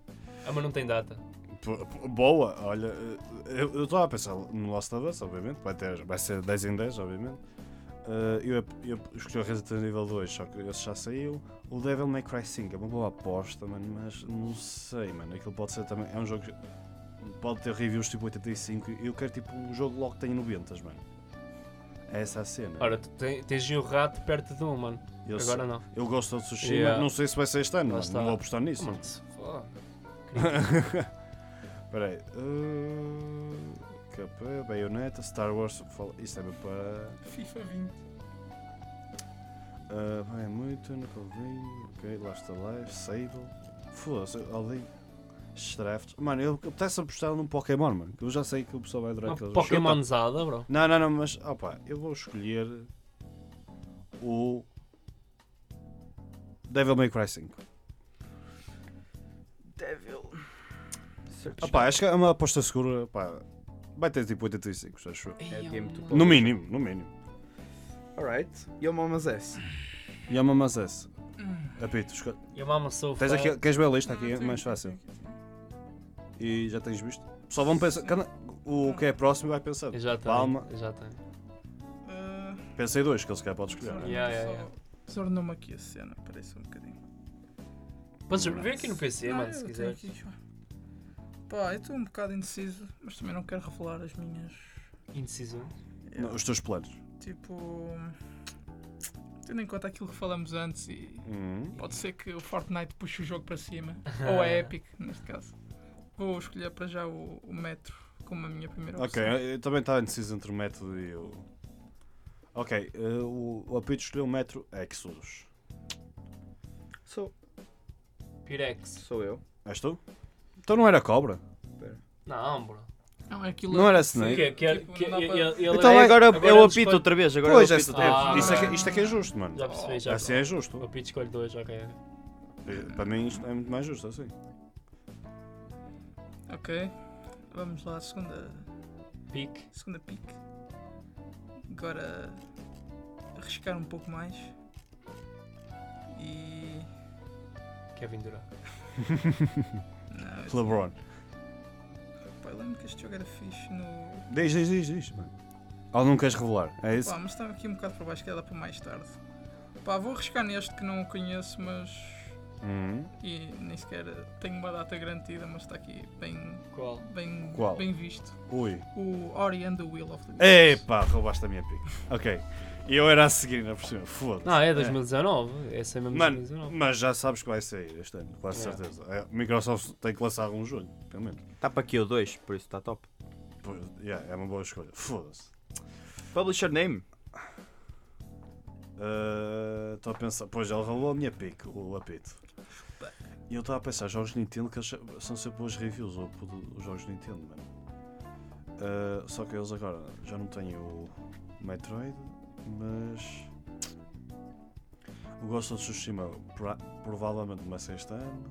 Speaker 3: Ah, mas não tem data.
Speaker 2: P- p- Boa, olha, eh, eu eu estava a pensar no Last of Us, obviamente, vai, ter, vai ser 10 em 10, obviamente. Eh, eu, eu escolhi o Resident Evil 2, só que esse já saiu. O Devil May Cry 5 é uma boa aposta, mano, mas não sei, mano. Aquilo pode ser também. É um jogo que pode ter reviews tipo 85. e Eu quero tipo um jogo logo que tenha 90, mano. É essa a cena.
Speaker 3: Ora, tu te- tens o rato perto de um, mano.
Speaker 2: eu,
Speaker 3: Agora não.
Speaker 2: eu gosto de Tsushima,
Speaker 3: Yeah.
Speaker 2: não sei se vai ser este ano,
Speaker 3: Lá
Speaker 2: mano.
Speaker 3: está.
Speaker 2: Não vou apostar nisso.
Speaker 3: Mano, se foda.
Speaker 2: Peraí. Uh... KP, Bayonetta, Star Wars. fal- Isto é mesmo para.
Speaker 5: FIFA 20.
Speaker 2: Uh, vai muito, não convém. Ok, lá está Live, Sable. Foda-se, ali. Straft. Mano, eu apetece apostar num Pokémon, mano. Que eu já sei que o pessoal vai adorar
Speaker 3: Uma
Speaker 2: aqueles
Speaker 3: Pokémonzada, bro.
Speaker 2: Não, não, não, mas. Opa, eu vou escolher. O. Devil May Cry 5.
Speaker 4: Devil.
Speaker 2: Opa, acho que é uma aposta segura. Opa, vai ter tipo 85, acho eu.
Speaker 4: É game to
Speaker 2: No mínimo, no mínimo.
Speaker 4: Alright. E o Mamas é S?
Speaker 2: Yama Mazes. Apito, escolhe.
Speaker 3: Yamama Sofa.
Speaker 2: Tens aqui, queres ver a lista aqui? É mais fácil. E já tens visto? Só vão pensar. cada- o que é próximo vai pensando.
Speaker 3: Eu já
Speaker 2: Palma.
Speaker 3: tenho. eu Já tenho.
Speaker 5: Uh,
Speaker 2: Pensei dois, que ele sequer pode escolher.
Speaker 5: Sim.
Speaker 2: né?
Speaker 3: Yeah,
Speaker 5: só-
Speaker 3: yeah, yeah.
Speaker 5: Desornou-me aqui a cena, peraí só um bocadinho.
Speaker 3: Podes ver aqui no PC,
Speaker 5: Ah,
Speaker 3: mano, se
Speaker 5: eu
Speaker 3: quiser.
Speaker 5: tenho aqui, ó. Pá, eu estou um bocado indeciso, mas também não quero revelar as minhas.
Speaker 3: Indeciso.
Speaker 5: É,
Speaker 2: Não, Os teus planos.
Speaker 5: Tipo. Tendo em conta aquilo que falamos antes e. Pode ser que o Fortnite puxe o jogo para cima. Ou a Epic, neste caso. Vou escolher para já o, o Metro como a minha primeira
Speaker 2: Ok,
Speaker 5: opção.
Speaker 2: eu eu também estava indeciso entre o método e o. Ok, eh, o, o apito escolheu o Metro Exodus.
Speaker 4: Sou,
Speaker 3: Pirex.
Speaker 4: sou eu.
Speaker 2: És tu? Então não era cobra?
Speaker 3: Não, bro.
Speaker 5: Não, é aquilo.
Speaker 2: Não era
Speaker 3: O
Speaker 2: Snake?
Speaker 3: quê? Que, que,
Speaker 5: Tipo,
Speaker 3: que,
Speaker 5: não dá
Speaker 3: ele- ele-
Speaker 2: Então
Speaker 3: ele-
Speaker 2: é-
Speaker 4: agora,
Speaker 3: agora
Speaker 4: eu
Speaker 3: ele
Speaker 4: apito
Speaker 3: escolhe-
Speaker 4: outra vez. Agora
Speaker 2: Pois,
Speaker 4: eu
Speaker 2: esse-
Speaker 4: apito
Speaker 2: é,
Speaker 3: Ah.
Speaker 2: isso é que- isto é que é justo, mano.
Speaker 3: Já percebi, já
Speaker 2: Assim é justo.
Speaker 3: O Pitch escolhe dois, ok.
Speaker 2: Eh, Para mim isto é muito mais justo, assim.
Speaker 5: Ok. Vamos lá, segunda.
Speaker 3: Pique.
Speaker 5: Segunda pick. Agora. Arriscar um pouco mais. E.
Speaker 3: Kevin Durant.
Speaker 5: Não, eu-
Speaker 2: LeBron.
Speaker 5: pá, eu lembro que este jogo era fixe no.
Speaker 2: Diz, diz, diz, diz, mano. Ou não queres revelar? É isso?
Speaker 5: Pá, mas estava aqui um bocado para baixo, que dá para mais tarde. Pá, vou arriscar neste que não conheço, mas.
Speaker 2: Hum.
Speaker 5: E nem sequer tenho uma data garantida, mas está aqui bem.
Speaker 3: Qual?
Speaker 5: bem,
Speaker 2: Qual?
Speaker 5: bem visto.
Speaker 2: Ui.
Speaker 5: O Ori and the Will of the Wisps.
Speaker 2: Epá, roubaste a minha pica. Ok. Eu era a seguir na próxima. Foda-se.
Speaker 3: Não, é 2019. É. Essa é mesmo
Speaker 2: Mano,
Speaker 3: 2019.
Speaker 2: mas já sabes que vai sair este ano, quase
Speaker 3: Yeah.
Speaker 2: certeza. A Microsoft tem que lançar um jogo, pelo menos.
Speaker 4: Está para aqui o 2, por isso está top.
Speaker 2: Pô, yeah, é uma boa escolha. Foda-se.
Speaker 4: Publisher name?
Speaker 2: Ah, Estou a pensar. Pois, ele roubou a minha pica, o apito. E eu estava a pensar, jogos de Nintendo que eles são sempre boas reviews, ou é? os jogos de Nintendo, mano. Ah, só que eles agora já não têm o, Metroid, mas. O Ghost of Tsushima pra- provavelmente começa este ano.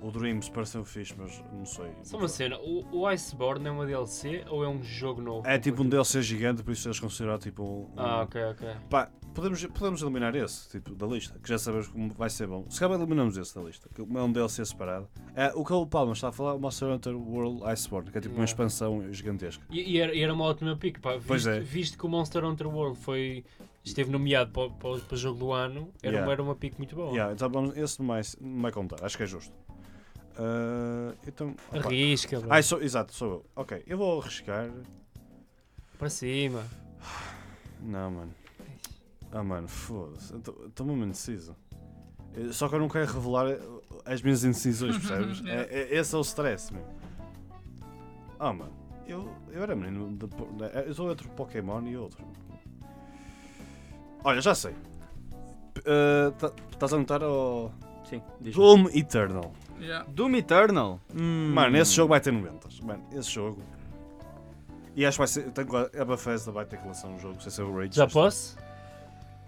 Speaker 2: O Dreams pareceu fixe, mas não sei.
Speaker 3: Só uma cena, o, o Iceborne é uma DLC ou é um jogo novo?
Speaker 2: É tipo um DLC gigante, por isso eles consideram tipo um.
Speaker 3: Ah,
Speaker 2: um-
Speaker 3: ok, ok.
Speaker 2: Pá, podemos, podemos eliminar esse, tipo, da lista, que já sabemos como vai ser bom. Se calhar eliminamos esse da lista, que é um DLC separado. É, o que o Palma está a falar é o Monster Hunter World Iceborne, que é tipo uma
Speaker 3: Yeah.
Speaker 2: expansão gigantesca.
Speaker 3: E, e era, e era uma ótima pick, pá. Visto,
Speaker 2: Pois é.
Speaker 3: visto que o Monster Hunter World foi, esteve nomeado para, para, para o jogo do ano, era,
Speaker 2: Yeah.
Speaker 3: uma, era uma pick muito boa.
Speaker 2: Yeah, então vamos, esse não vai, não vai contar, acho que é justo. Ah, então. opa.
Speaker 3: Arrisca, bro.
Speaker 2: Ah, sou, exato, sou eu. Ok, eu vou arriscar.
Speaker 3: para cima.
Speaker 2: Não, mano. Ah, mano, foda-se. Estou muito indeciso. Eh, Só que eu não quero revelar eh, as minhas indecisões, percebes?
Speaker 5: Yeah.
Speaker 2: é, é- esse é o stress, meu. Ah, mano. Eu, eu era menino. De, po- né, eu sou outro Pokémon e outro. Olha, já sei. eh, tá, Estás a notar o.
Speaker 4: Sim, diz
Speaker 2: Doom Eternal.
Speaker 5: Yeah.
Speaker 4: Doom Eternal?
Speaker 2: Mano,
Speaker 3: Hum.
Speaker 2: esse jogo vai ter 90. Mano, esse jogo. E acho que vai ser. Tenho, quase- a Bethesda vai ter que lançar um jogo sem ser o Rage.
Speaker 3: Já posso?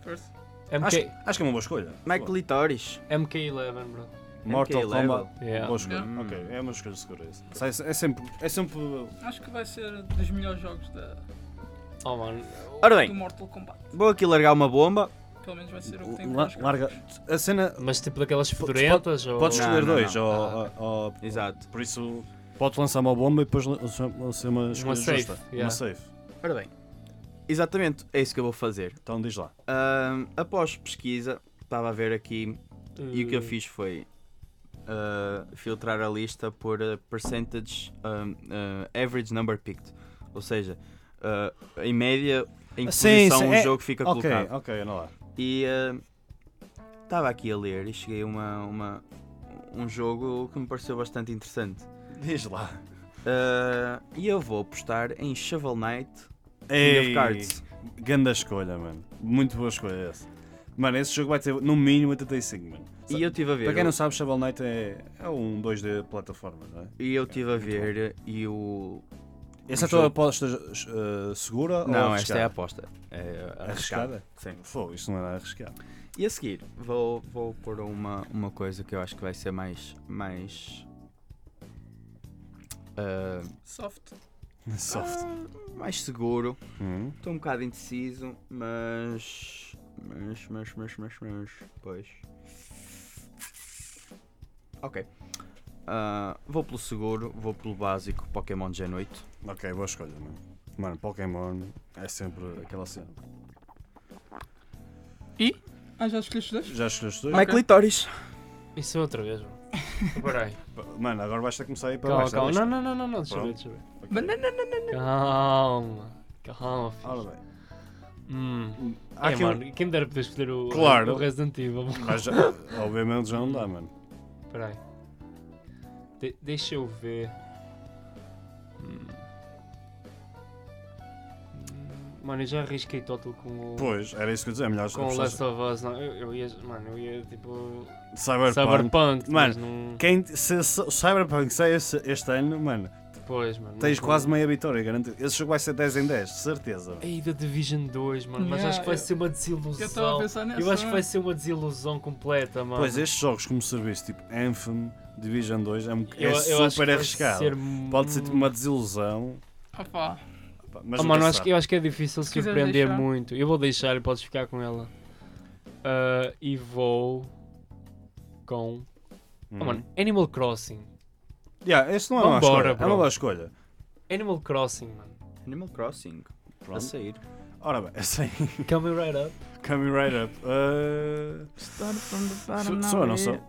Speaker 5: First.
Speaker 2: Acho,
Speaker 3: MK,
Speaker 2: acho que é uma boa escolha.
Speaker 4: Mike Litoris.
Speaker 3: MK11, bro.
Speaker 2: Mortal
Speaker 4: MK11.
Speaker 2: Kombat.
Speaker 3: Yeah.
Speaker 2: Boa escolha.
Speaker 4: Yeah.
Speaker 2: Ok, é uma escolha segura essa. Sai- É sempre. É sempre.
Speaker 5: Acho que vai ser dos melhores jogos da,
Speaker 3: Oh, mano.
Speaker 4: Ora
Speaker 5: do
Speaker 4: bem,
Speaker 5: Mortal Kombat.
Speaker 4: vou aqui largar uma bomba.
Speaker 5: Pelo menos vai ser o que tem
Speaker 2: la-
Speaker 5: melhores jogos.
Speaker 2: Larga. A cena.
Speaker 3: Mas tipo daquelas
Speaker 2: Podes-
Speaker 3: fedorentas ou...
Speaker 2: Podes
Speaker 4: Não,
Speaker 2: escolher
Speaker 4: não,
Speaker 2: dois.
Speaker 4: não.
Speaker 2: Ou,
Speaker 3: Ah,
Speaker 2: ou- ou-
Speaker 4: Exato.
Speaker 2: Por isso. Podes lançar uma bomba e depois lançar lançar uma escolha
Speaker 3: safe,
Speaker 2: justa. Uma
Speaker 3: yeah.
Speaker 2: safe.
Speaker 4: Ora bem. Exatamente, é isso que eu vou fazer.
Speaker 2: Então diz lá.
Speaker 4: Ahm, após pesquisa, estava a ver aqui e o que eu
Speaker 2: Hum.
Speaker 3: Uh,
Speaker 4: fiz foi ah, filtrar a lista por ah, percentage ahm, ah, average number picked. Ou seja, ah, em média, em que
Speaker 2: Sim,
Speaker 4: posição
Speaker 2: sim,
Speaker 4: um
Speaker 2: é-
Speaker 4: jogo fica
Speaker 2: Ok,
Speaker 4: colocado.
Speaker 2: ok, anda lá.
Speaker 4: E estava aqui a ler e cheguei a uma, uma- um jogo que me pareceu bastante interessante.
Speaker 2: Diz lá.
Speaker 4: Ah, e eu vou apostar em Shovel Knight King of
Speaker 2: Ei,
Speaker 4: Cards.
Speaker 2: Ganda escolha, mano. Muito boa escolha essa. Mano, esse jogo vai ter no mínimo 85, mano.
Speaker 4: E eu estive a ver.
Speaker 2: Para quem não sabe, Shovel Knight é, é um 2D plataforma, não é?
Speaker 4: E eu estive a ver e o.
Speaker 2: Essa é a
Speaker 4: Um
Speaker 2: tua
Speaker 4: jogo-
Speaker 2: aposta eh, segura ou
Speaker 4: Não, esta
Speaker 2: arriscada?
Speaker 4: é a aposta. É arriscada.
Speaker 2: arriscada.
Speaker 4: Sim.
Speaker 2: Fogo, isso não era arriscado.
Speaker 4: E a seguir, vou, vou pôr uma, uma coisa que eu acho que vai ser mais. mais. ah,
Speaker 5: Soft.
Speaker 2: Soft.
Speaker 4: mais seguro.
Speaker 2: Hum.
Speaker 4: Estou um bocado indeciso, mas. Mas, mas, mas, mas, mas. Pois. Ok. Ah, vou pelo seguro, vou pelo básico Pokémon Gen 8.
Speaker 2: Ok, boa escolha, mano. Mano, Pokémon é sempre aquela cena.
Speaker 5: Ah, já escolheste dois?
Speaker 2: Já escolheste dois?
Speaker 4: Mike Litoris.
Speaker 3: Isso é outra vez, bro. Espera aí.
Speaker 2: Mano, agora vais ter que começar a ir para
Speaker 3: Calma,
Speaker 2: baixo.
Speaker 3: calma.
Speaker 2: da
Speaker 3: Não, não, não, não, não. Deixa eu ver,
Speaker 2: Pronto.
Speaker 3: deixa eu ver.
Speaker 2: lista. Ok.
Speaker 5: Banana.
Speaker 3: Calma. Calma, filho.
Speaker 2: Ora bem.
Speaker 3: Hum.
Speaker 2: Há
Speaker 3: é,
Speaker 2: aqui um-
Speaker 3: mano, quem me dera poder escolher o,
Speaker 2: Claro.
Speaker 3: o Resident Evil.
Speaker 2: Mas já, obviamente já não dá, mano.
Speaker 3: Espera aí. De- deixa eu ver. Hum. Hum, Mano, eu já arrisquei total com o.
Speaker 2: Pois, era isso que eu ia dizer. é Melhor
Speaker 3: Com o
Speaker 2: apostar-
Speaker 3: Last of Us, não, eu, eu ia, mano, eu ia tipo.
Speaker 2: Cyberpunk.
Speaker 3: Cyberpunk, mas
Speaker 2: Mano,
Speaker 3: não.
Speaker 2: Quem, se se o Cyberpunk sai este, este ano, mano,
Speaker 3: Pois, mano.
Speaker 2: tens
Speaker 3: não-
Speaker 2: quase meia vitória, garantido. Esse jogo vai ser 10 em 10, de certeza.
Speaker 3: Ei, da Division 2, mano, mas
Speaker 5: Yeah,
Speaker 3: acho que vai
Speaker 5: eu-
Speaker 3: ser uma
Speaker 5: Eu estava a
Speaker 3: desilusão.
Speaker 5: pensar nessa.
Speaker 3: Eu acho que vai
Speaker 5: mas-
Speaker 3: ser uma desilusão completa, mano.
Speaker 2: Pois, estes jogos como serviço, tipo Anthem, Division 2, é, um- é
Speaker 3: Eu- eu acho que
Speaker 2: super
Speaker 3: vai
Speaker 2: arriscado.
Speaker 3: ser
Speaker 2: Pode ser tipo
Speaker 3: mu-
Speaker 2: uma desilusão.
Speaker 5: Opa.
Speaker 2: pá, Mas
Speaker 3: Oh,
Speaker 2: nunca
Speaker 3: mano,
Speaker 2: se
Speaker 3: acho que,
Speaker 2: sabe.
Speaker 3: eu acho que é difícil
Speaker 5: Se quiseres
Speaker 3: surpreender
Speaker 5: deixar.
Speaker 3: muito. Eu vou deixar e podes ficar com ela. Ah, e vou com. Oh,
Speaker 2: Uhum.
Speaker 3: mano, Animal Crossing.
Speaker 2: Yeah, esse não é uma má
Speaker 3: Vambora,
Speaker 2: escolha. É
Speaker 3: bro.
Speaker 2: uma boa escolha.
Speaker 3: Animal Crossing, mano.
Speaker 4: Animal Crossing. A
Speaker 2: Pronto.
Speaker 4: sair.
Speaker 2: Ora bem, assim,
Speaker 3: Coming right up.
Speaker 2: coming right up. Uh... Sou- Sou eu, não sou?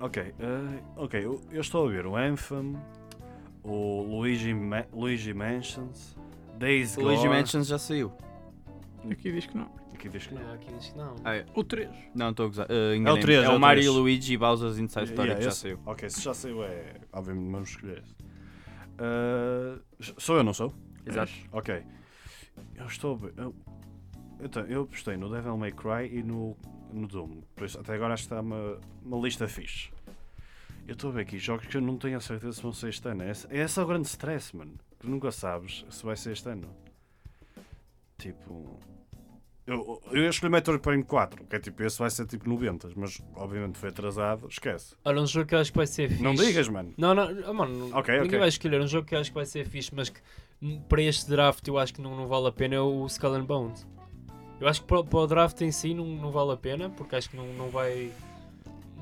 Speaker 2: Ok, eh, ok, eu, eu estou a ouvir o Anthem, o Luigi, Ma Luigi Mansions, Days Gone...
Speaker 4: Luigi Mansions já saiu.
Speaker 5: Aqui diz que não.
Speaker 2: Aqui diz que não.
Speaker 3: Não, aqui diz que não.
Speaker 4: Ah,
Speaker 5: O 3.
Speaker 4: Não, estou a gozar. Uh,
Speaker 2: É o três,
Speaker 4: é
Speaker 2: é
Speaker 4: o
Speaker 2: o
Speaker 4: Mario e
Speaker 2: três.
Speaker 4: Luigi Bowser's Inside Story
Speaker 2: Yeah,
Speaker 4: Tá, que já
Speaker 2: esse-
Speaker 4: saiu.
Speaker 2: Ok, se já saiu é... Obviamente vamos escolher esse. Eh, sou eu, não sou?
Speaker 4: Exato.
Speaker 5: É
Speaker 2: Ok. Eu estou a ver... Eu, então, eu apostei no Devil May Cry e no, no Doom. Por isso, até agora acho que está uma, uma lista fixe. Eu estou a ver aqui jogos que eu não tenho a certeza se vão ser este ano. Esse, esse é o grande stress, mano. Tu nunca sabes se vai ser este ano. Tipo... Eu, eu escolhi Metroid Prime 4, que é tipo, esse vai ser tipo 90, mas obviamente foi atrasado, esquece.
Speaker 3: Olha, um jogo que eu acho que vai ser fixe.
Speaker 2: Não digas, mano.
Speaker 3: Não, não, ah, mano,
Speaker 2: Ok,
Speaker 3: ninguém
Speaker 2: ok.
Speaker 3: vai escolher. Um jogo que eu acho que vai ser fixe, mas que hum, para este draft eu acho que não, não vale a pena é o Skull and Bones. Eu acho que para, o- para o draft em si não, não vale a pena, porque acho que não, não vai.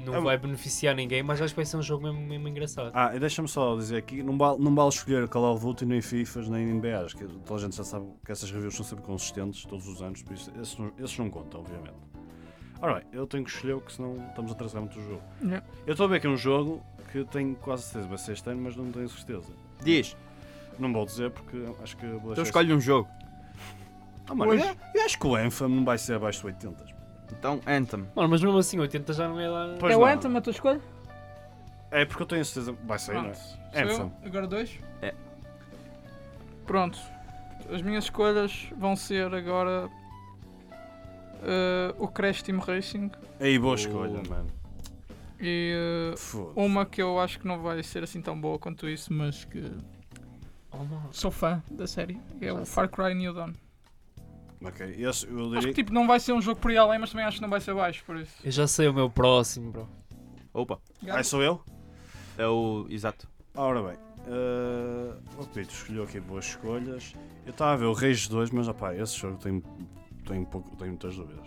Speaker 3: Não
Speaker 2: Ah,
Speaker 3: vai beneficiar ninguém, mas acho que vai ser um jogo mesmo, mesmo engraçado.
Speaker 2: Ah, e deixa-me só dizer aqui, não vale, não vale escolher Call of Duty, nem FIFAs, nem NBAs, que toda a gente já sabe que essas reviews são sempre consistentes todos os anos, por isso esses não, esses não contam, obviamente. Ora bem, eu tenho que escolher, que senão estamos a atrasar muito o jogo.
Speaker 5: Yeah.
Speaker 2: Eu estou a ver aqui um jogo que eu tenho quase certeza, vai ser este ano, mas não tenho certeza.
Speaker 4: Diz,
Speaker 2: Não vou dizer porque acho que... vou
Speaker 4: então
Speaker 2: deixar-
Speaker 4: escolhe um jogo.
Speaker 2: Ah, mano,
Speaker 5: Pois.
Speaker 2: eu, eu acho que o Anthem não vai ser abaixo de 80.
Speaker 4: Então, Anthem.
Speaker 3: Mano, mas mesmo assim 80 já não é lá.
Speaker 2: Pois
Speaker 1: é
Speaker 2: não.
Speaker 1: o Anthem a tua escolha?
Speaker 2: É porque eu tenho certeza que vai sair, não é?
Speaker 5: Pronto, sou eu,
Speaker 2: Edson.
Speaker 5: agora dois?
Speaker 4: É.
Speaker 5: Pronto, as minhas escolhas vão ser agora eh, o Crash Team Racing
Speaker 2: Aí, boa
Speaker 4: Oh.
Speaker 2: escolha, mano.
Speaker 5: e eh,
Speaker 2: Foda-se.
Speaker 5: uma que eu acho que não vai ser assim tão boa quanto isso, mas que
Speaker 3: Oh, mano.
Speaker 5: sou fã da série, que é
Speaker 4: Já
Speaker 5: o
Speaker 4: sei.
Speaker 5: Far Cry New Dawn.
Speaker 2: Ok, esse eu
Speaker 5: Acho
Speaker 2: diria...
Speaker 5: que tipo, não vai ser um jogo por aí além, mas também acho que não vai ser baixo, por isso.
Speaker 3: Eu já sei o meu próximo, bro.
Speaker 4: Opa,
Speaker 2: Ah, sou eu?
Speaker 4: é o. Exato.
Speaker 2: Ora bem, eh, o Pito escolheu aqui boas escolhas. Eu estava a ver o Reis 2, mas opá, esse jogo tem, tem, um pouco, tem muitas dúvidas.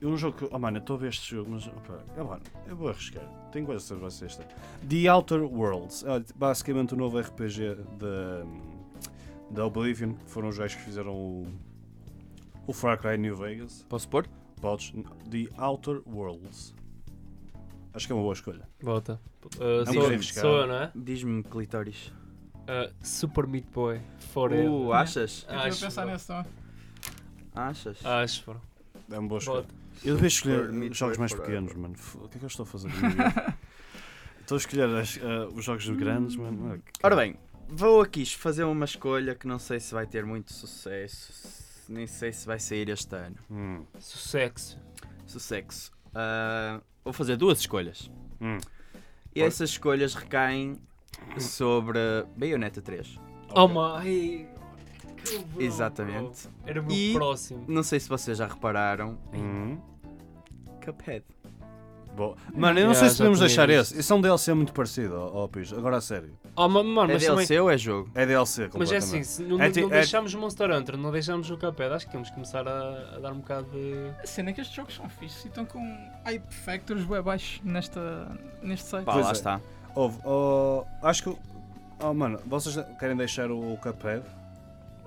Speaker 2: E um jogo que. Oh mano, eu estou a ver este jogo, mas opá, eu, mano, eu vou arriscar. Tenho coisas sobre vocês. The Outer Worlds. É basicamente o novo RPG da da Oblivion, que foram os gajos que fizeram o, o Far Cry New Vegas.
Speaker 4: Posso pôr?
Speaker 2: Podes. The Outer Worlds. Acho que é uma boa escolha.
Speaker 3: Volta. Uh,
Speaker 2: É um
Speaker 3: sou,
Speaker 2: bocadinho chegado.
Speaker 3: sou eu, não é?
Speaker 4: Diz-me clitóris.
Speaker 3: Uh, Super Meat Boy. Forever.
Speaker 4: Uh, achas?
Speaker 5: Eu estive
Speaker 3: Acho,
Speaker 5: a pensar
Speaker 3: bro.
Speaker 5: nesse também.
Speaker 4: Achas?
Speaker 3: Acho, bro.
Speaker 2: É uma boa escolha.
Speaker 3: Volta.
Speaker 2: Eu devia
Speaker 4: For me,
Speaker 2: escolher
Speaker 4: for
Speaker 2: jogos mais
Speaker 4: forever.
Speaker 2: pequenos, mano. F- O que é que eu estou a fazer? da minha vida? estou a escolher as- ah, os jogos grandes, mano. Ah, que-
Speaker 4: Ora bem, vou aqui fazer uma escolha que não sei se vai ter muito sucesso. se- Nem sei se vai sair este ano.
Speaker 2: Hum,
Speaker 3: Sucesso.
Speaker 4: Sucesso. Ah, vou fazer duas escolhas.
Speaker 2: hum.
Speaker 4: E essas escolhas recaem sobre Bayonetta 3.
Speaker 3: Oh,
Speaker 2: Ok.
Speaker 3: my. ai, que bom,
Speaker 4: Exatamente.
Speaker 3: bro. Era o meu
Speaker 4: E-
Speaker 3: próximo.
Speaker 4: Não sei se vocês já repararam.
Speaker 2: Hum.
Speaker 4: Cuphead.
Speaker 2: Bom. Mano, eu não
Speaker 3: Já-
Speaker 2: sei se
Speaker 3: já
Speaker 2: podemos
Speaker 3: tinha
Speaker 2: deixar
Speaker 3: visto.
Speaker 2: esse. Esse é um DLC muito parecido ao ao Pis. Agora a sério.
Speaker 3: Oh, ma- mano,
Speaker 4: É
Speaker 3: mas também-
Speaker 4: DLC ou é jogo?
Speaker 2: É DLC, completamente.
Speaker 3: Mas é assim, se não,
Speaker 2: É
Speaker 3: não-
Speaker 2: ti-
Speaker 3: não
Speaker 2: é-
Speaker 3: deixámos o Monster Hunter, não deixámos o Cuphead, acho que temos que começar a, a dar um bocado de...
Speaker 5: A cena é que estes jogos são fixos e estão com hype factors bem baixos nesta, neste site.
Speaker 4: Pá,
Speaker 2: Pois
Speaker 4: lá
Speaker 2: é.
Speaker 4: está.
Speaker 2: Houve, oh, acho que. o- Oh, mano, vocês querem deixar o Cuphead?